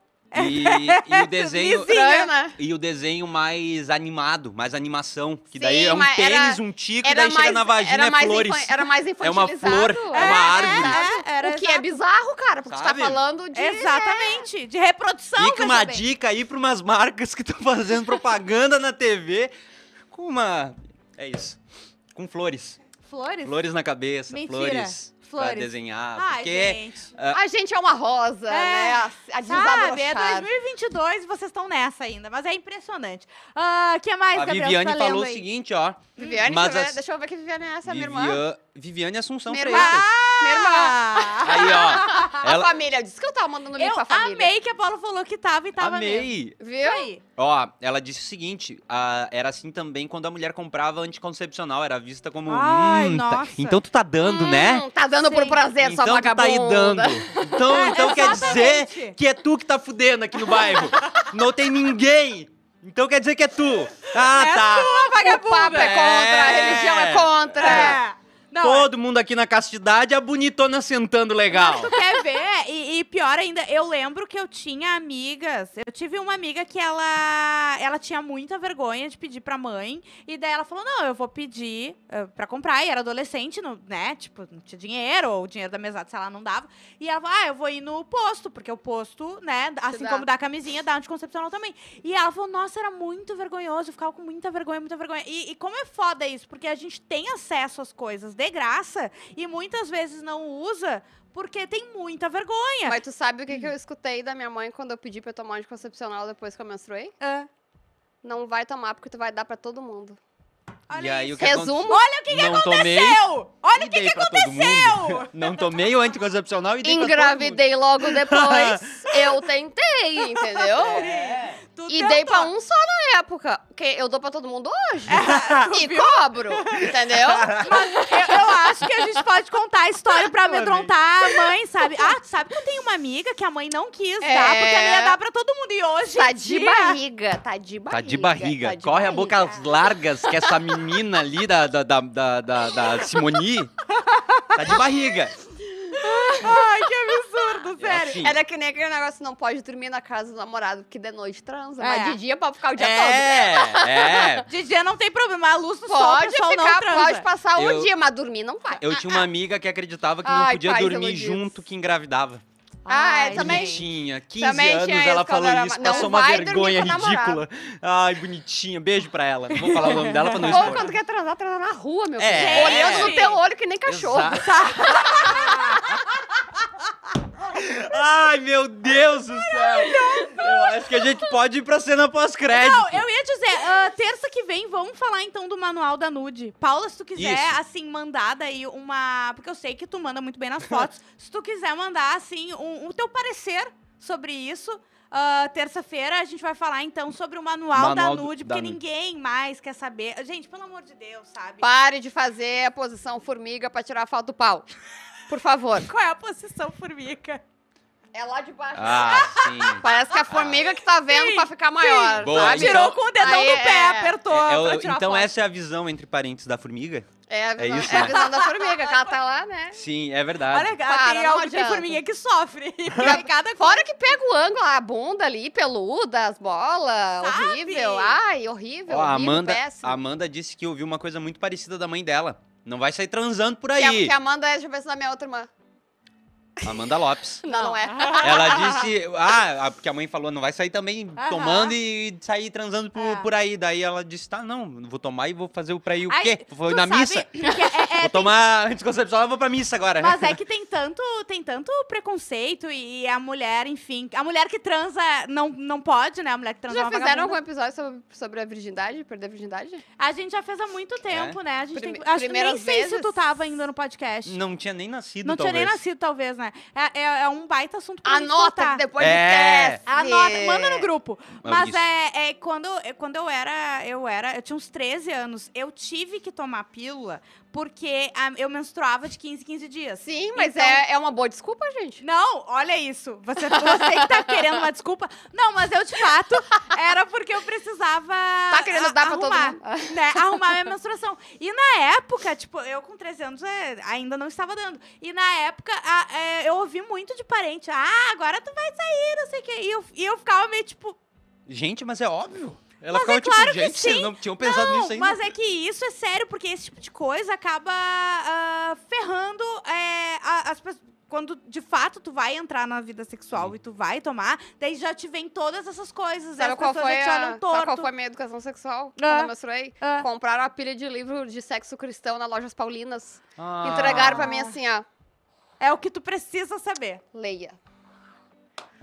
A: E, e o desenho.
B: Lisinha.
C: Estranho, né?
A: E o desenho mais animado, mais animação. Que daí
C: Sim,
A: é um
C: mas era-
A: pênis, um tico, e daí chega na vagina,
C: era,
A: é
C: mais
A: flores.
C: infan- era mais
A: É uma
C: infantilizado.
A: flor, é uma árvore.
B: É, é, era
C: o que é
B: exato.
C: bizarro, cara, porque tu
A: Sabe?
C: tá falando de...
B: Exatamente. De reprodução,
A: Fica uma
B: veja bem.
A: dica aí pra umas marcas que estão fazendo propaganda na TV com uma. É isso. Com flores.
B: Flores?
A: Flores na cabeça,
B: Mentira.
A: flores. Pra
B: Flores.
A: desenhar.
B: Ai,
A: porque
B: gente.
C: A gente é uma rosa,
B: É.
C: né? A, a
B: Sabe, é
C: desabrochar.
B: 2022 e vocês estão nessa ainda, mas é impressionante. Ah, O que mais,
A: a
B: Gabriel,
A: Viviane
B: tu tá
A: falou
B: lendo
A: o
B: aí?
A: seguinte, ó.
C: Viviane,
A: Mas
C: deixa, eu ver,
A: as-
C: deixa eu ver que Viviane é essa, minha irmã.
A: Vivian... Viviane Assunção
C: Minha
A: Freitas.
C: irmã. Minha irmã.
B: Ah!
A: Aí, ó.
C: A
A: Ela...
C: família, disse que eu tava mandando link
B: Eu
C: pra família.
B: amei que a Paula falou que tava e tava mesmo.
A: Amei.
B: Isso
C: Viu?
B: aí.
A: Ó, ela disse o seguinte: ah, era assim também quando a mulher comprava anticoncepcional, era vista como.
B: Ai,
A: "Hum, tá-
B: nossa."
A: Então tu tá dando, né?
C: Hum, Tá dando dando por
B: Sim.
C: prazer, sua
A: então tu tá aí dando.
C: vagabunda.
A: Então,
B: É,
A: então quer dizer
B: exatamente.
A: que é tu que tá fudendo aqui no bairro. Não tem ninguém. Então quer dizer que é tu. Ah,
B: É
A: tá.
C: O papo é contra, a
A: É.
C: religião é contra.
B: É. Não,
A: Todo mundo aqui na castidade, a bonitona sentando legal.
B: Quer ver? É, E, e pior ainda, eu lembro que eu tinha amigas. Eu tive uma amiga que ela, ela tinha muita vergonha de pedir pra mãe. E daí ela falou: não, eu vou pedir eh, pra comprar. E era adolescente, não- né? Tipo, não tinha dinheiro, ou o dinheiro da mesada, sei lá, não dava. E ela falou: ah, eu vou ir no posto, porque o posto, né? Assim
C: dá.
B: como dá a camisinha, dá anticoncepcional também. E ela falou: nossa, era muito vergonhoso. Eu ficava com muita vergonha, muita vergonha. E, e como é foda isso? Porque a gente tem acesso às coisas de graça e muitas vezes não usa. Porque tem muita vergonha.
C: Mas tu sabe o que, que eu escutei da minha mãe quando eu pedi pra eu tomar anticoncepcional depois que eu menstruei?
B: Ah,
C: Não vai tomar, porque tu vai dar pra todo mundo.
A: E
B: olha
A: aí,
B: isso.
A: o que
C: Resumo,
A: Olha o que, não tomei,
B: Eu! Olha
A: e dei pra todo mundo. Não tomei o anticoncepcional e dei pra todo mundo.
C: engravidei logo depois. eu tentei, entendeu?
B: tu
C: E
B: tentou.
C: dei pra um só na época. Que eu dou pra todo mundo hoje. e cobro, entendeu?
B: Eu, eu acho que a gente pode contar a história pra
A: Eu amei.
B: amedrontar a mãe, sabe? Ah, tu sabe que eu tenho uma amiga que a mãe não quis
C: É.
B: dar, porque ela ia dar pra todo mundo. E hoje.
C: Tá
B: em
C: de
B: dia-
C: barriga, tá de barriga.
A: Tá de barriga.
C: tá de
A: Corre a boca
C: barriga.
A: às largas que essa menina ali da, da, da, da, da, da Simoni tá de barriga.
B: Ai, que absurdo,
A: É
B: sério.
A: assim.
C: Era que nem aquele negócio, não pode dormir na casa do namorado, porque de noite transa,
B: É.
C: mas de né? dia pode ficar o dia todo.
A: É, é.
B: De dia não tem problema, a luz do sol, o
C: Pode
B: pessoal não
C: ficar,
B: transa.
C: pode passar o
A: Eu-
C: dia, mas dormir não vai.
A: Eu tinha uma amiga que acreditava que não
C: Ai,
A: podia
C: pais
A: dormir
C: iludidos.
A: junto que engravidava.
C: Ah,
B: Ai,
C: eu também-
B: gente.
A: Bonitinha, 15
C: Também tinha
A: anos,
C: isso
A: ela
C: quando
A: falou
C: era
A: isso,
C: ma- não
A: passou uma
C: vai dormir
A: vergonha
C: com o namorado.
A: ridícula. Ai, bonitinha, beijo pra ela. Não vou falar o nome dela pra não
C: Ou quando
A: expor.
C: quer transar, transar na rua, meu
A: É.
C: filho.
A: Gente.
C: Olhando no teu olho que nem cachorro.
A: Exato. Ai, meu Deus do céu! Eu acho que a gente pode ir pra cena pós-crédito.
B: Não, eu ia dizer, ah, terça que vem vamos falar então do manual da nude. Paula, se tu quiser,
A: Isso.
B: assim, mandar daí uma. Porque eu sei que tu manda muito bem nas fotos. se tu quiser mandar, assim, um- o teu parecer sobre isso. ah, Terça-feira a gente vai falar então sobre o manual,
A: Manual
B: da
A: do-
B: nude,
A: da
B: porque
A: nude.
B: ninguém mais quer saber. Gente, pelo amor de Deus, sabe?
C: Pare de fazer a posição formiga pra tirar a foto do pau. Por favor.
B: Qual é a posição formica?
C: É lá de baixo.
A: Ah, sim.
C: Parece que é a formiga que tá vendo
B: Sim,
C: pra ficar maior.
A: Boa, então.
C: sabe?
B: Tirou com o dedão
C: Aí
B: do pé,
C: é-
B: apertou.
A: É, é o-
B: pra tirar a
A: então
B: foto.
A: essa é a visão entre parentes da formiga?
C: É a visão,
A: É isso,
C: é a
A: né?
C: visão da formiga, que ela tá lá, né?
A: Sim, é verdade.
B: Olha,
C: Para,
B: tem,
C: não
B: algo, tem
C: adianta.
B: formiga que sofre. E tem cada
C: Fora que pega o ângulo, a bunda ali, peluda, as bolas,
B: Sabe?
C: horrível. Ai, horrível,
A: Ó, a
C: horrível,
A: Amanda,
C: péssimo.
A: a Amanda disse que ouviu uma coisa muito parecida da mãe dela. Não vai sair transando por
B: um,
C: Que a-
A: aí.
C: Que a Amanda é, deixa eu ver se da minha outra irmã.
A: Amanda Lopes.
C: Não, não é.
A: Ela disse, ah, a- porque a mãe falou, não vai sair também
B: Aham.
A: tomando e sair transando por,
B: É.
A: por aí. Daí ela disse, tá, não, vou tomar e vou fazer o pra ir o
B: Ai,
A: quê? Vou
B: Tu
A: na
B: sabe
A: missa?
B: que é- é-
A: Vou tomar anticoncepcional e vou pra missa agora.
B: Mas é que tem tanto, tem tanto preconceito e a mulher, enfim, a mulher que transa não, não pode, né? A mulher que transa é
C: Já
B: uma
C: fizeram algum
B: vagabunda.
C: episódio sobre, sobre a virgindade, perder a virgindade?
B: A gente já fez há
A: É.
B: muito tempo, né? A gente
C: Prime-
B: tem, acho que nem
C: primeiras
B: sei se
C: vezes?
B: tu tava ainda no podcast.
A: Não tinha nem nascido,
B: Não tinha
A: talvez.
B: nem nascido, talvez, né? É, é, é um baita assunto pra gente
C: Anota
B: contar.
C: que depois
A: É.
C: esquece.
B: Anota, manda no grupo.
A: Ah,
B: Mas
A: isso.
B: é, é quando, é quando eu era, eu era, eu tinha uns 13 anos, eu tive que tomar pílula porque ah, eu menstruava de 15 em 15 dias.
C: Sim, mas
B: Então-
C: é, é uma boa desculpa, gente.
B: Não, olha isso. Você, você que tá querendo uma desculpa. Não, mas eu de fato era porque eu precisava.
C: Tá querendo dar pra todo
B: arrumar,
C: mundo? Ah,
B: Né, arrumar minha menstruação. E na época, tipo, eu com 300 é, ainda não estava dando. E na época, a- é, eu ouvi muito de parente. Ah, agora tu vai sair, não sei o quê. E eu, e eu ficava meio tipo.
A: Gente, mas é óbvio. Ela
B: Mas
A: ficava
B: é claro
A: tipo,
B: que
A: gente, vocês
B: sim.
A: não tinham pensado
B: não,
A: nisso ainda.
B: mas é que isso é sério, porque esse tipo de coisa acaba ah, ferrando é, a- as pessoas. Quando de fato tu vai entrar na vida sexual e tu vai tomar, daí já te vem todas essas coisas.
C: Sabe
B: as
C: qual,
B: pessoas
C: foi
B: já te
C: a,
B: olham
C: sabe
B: torto.
C: qual foi a minha educação sexual
B: Ah.
C: quando eu menstruei?
B: Ah.
C: Compraram a pilha de livro de sexo cristão na Lojas Paulinas.
A: Ah.
C: Entregaram pra mim assim, ó,
B: É o que tu precisa saber.
C: leia.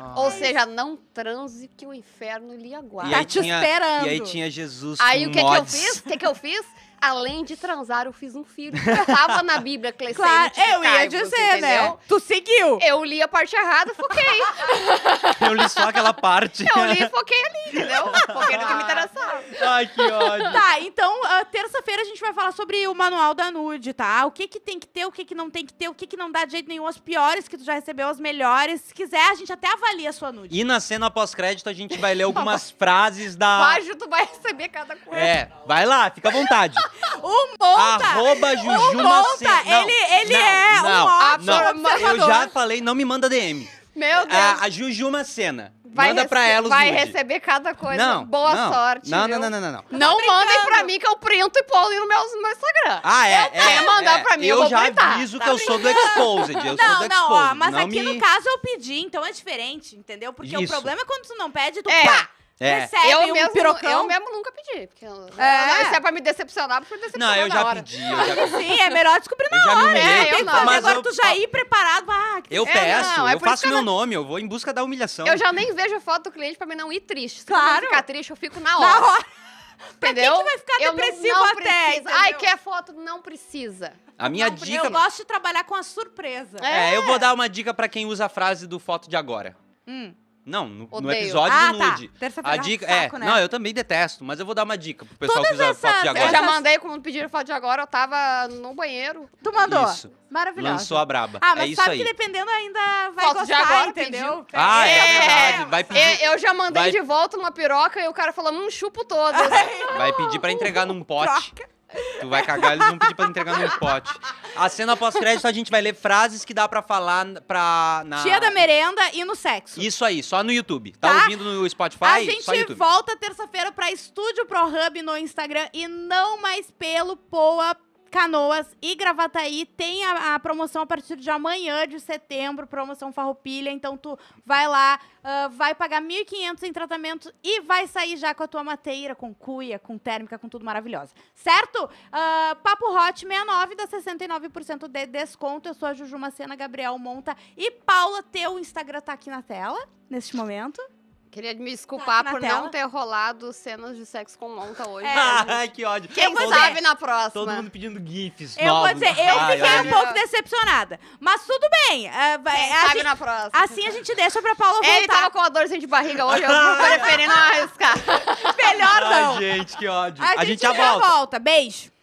A: ah.
C: Ou seja, não transe que o inferno lhe
A: E
C: aguarda.
B: Tá
A: aí
B: te
A: tinha-
B: esperando.
A: E aí tinha Jesus
C: Aí
A: com
C: o que, que eu
A: mods.
C: fiz? O que, que eu fiz? Além de transar, eu fiz um filho. Tava na Bíblia, Clecene.
B: Claro, eu ia dizer, né? Tu seguiu.
C: Eu li a parte errada, foquei.
A: Eu li só aquela parte.
C: Eu li e foquei ali, entendeu? Foquei no que me interessava.
A: Ai, que ódio.
B: Tá, então ah, terça-feira a gente vai falar sobre o manual da nude, tá? O que que tem que ter, o que que não tem que ter, o que que não dá de jeito nenhum, as piores que tu já recebeu, as melhores. Se quiser, a gente até avalia a sua nude.
A: E na cena pós-crédito a gente vai ler algumas frases da.
C: Bajo, tu vai receber cada coisa.
A: Ah. É, vai lá, fica à vontade.
B: O Um Monta!
A: Arroba
B: o
A: Jujuba
B: Monta,
A: Sen- não,
B: ele, ele
A: não,
B: é
A: não,
B: um
A: não.
B: ótimo
A: Eu
B: observador.
A: já falei, não me manda DM.
C: Meu Deus.
A: A, a Jujuma Cena.
C: vai
A: Ah, manda pra
C: rece-
A: ela os
C: Vai
A: nude.
C: receber cada coisa.
A: Não,
C: Boa
A: não,
C: sorte.
A: Não,
C: viu?
A: não, Tá não, não, não, não.
C: Não
B: Tô
C: mandem pra
B: brincando.
C: mim que eu printo e pulo ali no meu, no meu Instagram.
A: Ah, é? é,
C: quer mandar
A: é.
C: pra mim, eu
A: eu
C: vou
A: já
C: printar.
A: aviso
C: Tá
A: que eu sou do Exposed. Eu sou do
B: Não,
A: Exposed.
B: não, ó, mas
A: não
B: aqui
A: me...
B: no caso eu pedi, então é diferente, entendeu? Porque o
A: Isso.
B: problema é quando tu não pede, tu
C: É.
B: pá,
A: É.
B: recebe
C: eu,
B: um
C: mesmo,
B: pirocão.
C: eu mesmo nunca pedi. Porque eu-
B: É.
C: Se é pra me decepcionar, porque eu decepcionar
A: Não, eu
C: na
A: já
C: hora.
A: pedi, eu já
B: Sim, é melhor descobrir na
A: Eu já me
B: hora.
A: humilhei.
C: É, eu
B: tem que
C: não.
B: fazer
A: Mas
B: agora
A: eu-
B: tu já ir preparado. Ah, que
A: Eu
C: É,
A: peço,
C: não, é
A: eu
C: por isso
A: faço
C: que eu
A: meu nome, eu vou em busca da humilhação.
C: Eu já nem vejo a foto do cliente pra mim não ir triste. Se eu
B: Claro.
C: não ficar triste, eu fico na hora.
B: na hora.
C: Entendeu?
B: que vai ficar
C: eu
B: depressivo
C: não, não
B: até,
C: Precisa. Ai,
B: entendeu?
C: quer foto? Não precisa.
A: A minha
B: Não, porque
A: dica.
B: Eu gosto de trabalhar com a surpresa.
A: É, eu vou dar uma dica pra quem usa a frase do foto de agora.
B: Hum.
A: Não, no, no
C: Odeio.
A: episódio
B: Ah,
A: do
B: tá.
A: nude. A
B: Terça-feira.
A: dica
B: saco,
A: é,
B: né?
A: não, eu também detesto, mas eu vou dar uma dica pro pessoal que usa
B: Todas
A: foto de
B: essas-
A: agora.
C: Eu já
B: Essas-
C: mandei, como pediram foto de agora, eu tava no banheiro.
B: Tu mandou.
A: Isso.
B: Maravilhoso.
A: Lançou a braba.
B: Ah, mas
A: é isso
B: sabe
A: aí.
B: que dependendo ainda vai
C: Foto de
B: gostar,
C: agora,
B: entendeu?
A: Ah, é,
C: É.
A: verdade. Vai pedir,
C: É, eu já mandei
A: Vai-
C: de volta uma piroca e o cara falou, hum, chupo todas.
A: vai pedir pra entregar num pote. Tu vai cagar, eles vão pedir pra entregar num pote. A cena pós-crédito a gente vai ler frases que dá pra falar n- pra. Na...
B: Tia da merenda e no sexo.
A: Isso aí, só no YouTube. Tá,
B: Tá?
A: ouvindo no Spotify?
B: A
A: só
B: gente
A: YouTube.
B: volta terça-feira pra Estúdio Pro Hub no Instagram e não mais pelo Poa Canoas e Gravataí. Tem a, a promoção a partir de amanhã de setembro, promoção Farroupilha. Então tu vai lá, ah, vai pagar 1.500 em tratamento e vai sair já com a tua mateira, com cuia, com térmica, com tudo maravilhosa. Certo? Ah, Papo Hot 69 dá 69% de desconto. Eu sou a Juju Macena, Gabriel Monta e Paula. Teu Instagram tá aqui na tela, neste momento.
C: Queria me desculpar
B: Tá aqui
C: por
B: na tela. É.
C: não ter rolado cenas de sexo com monta hoje.
A: Ai, que ódio.
C: Quem
B: Eu vou
C: sabe na próxima.
A: Todo mundo pedindo GIFs.
B: Eu
A: novos.
B: vou dizer, eu
A: Ai,
B: fiquei um
A: olha.
B: pouco decepcionada. Mas tudo bem. é, vai-
C: Quem
B: a
C: sabe
B: gente-
C: na próxima.
B: assim a gente deixa pra Paula
C: Ele
B: voltar.
C: tava com uma dorzinha de barriga hoje, eu preferi não arriscar.
B: Melhor não.
A: Ai, gente, que ódio.
B: A, gente, já volta. Beijo.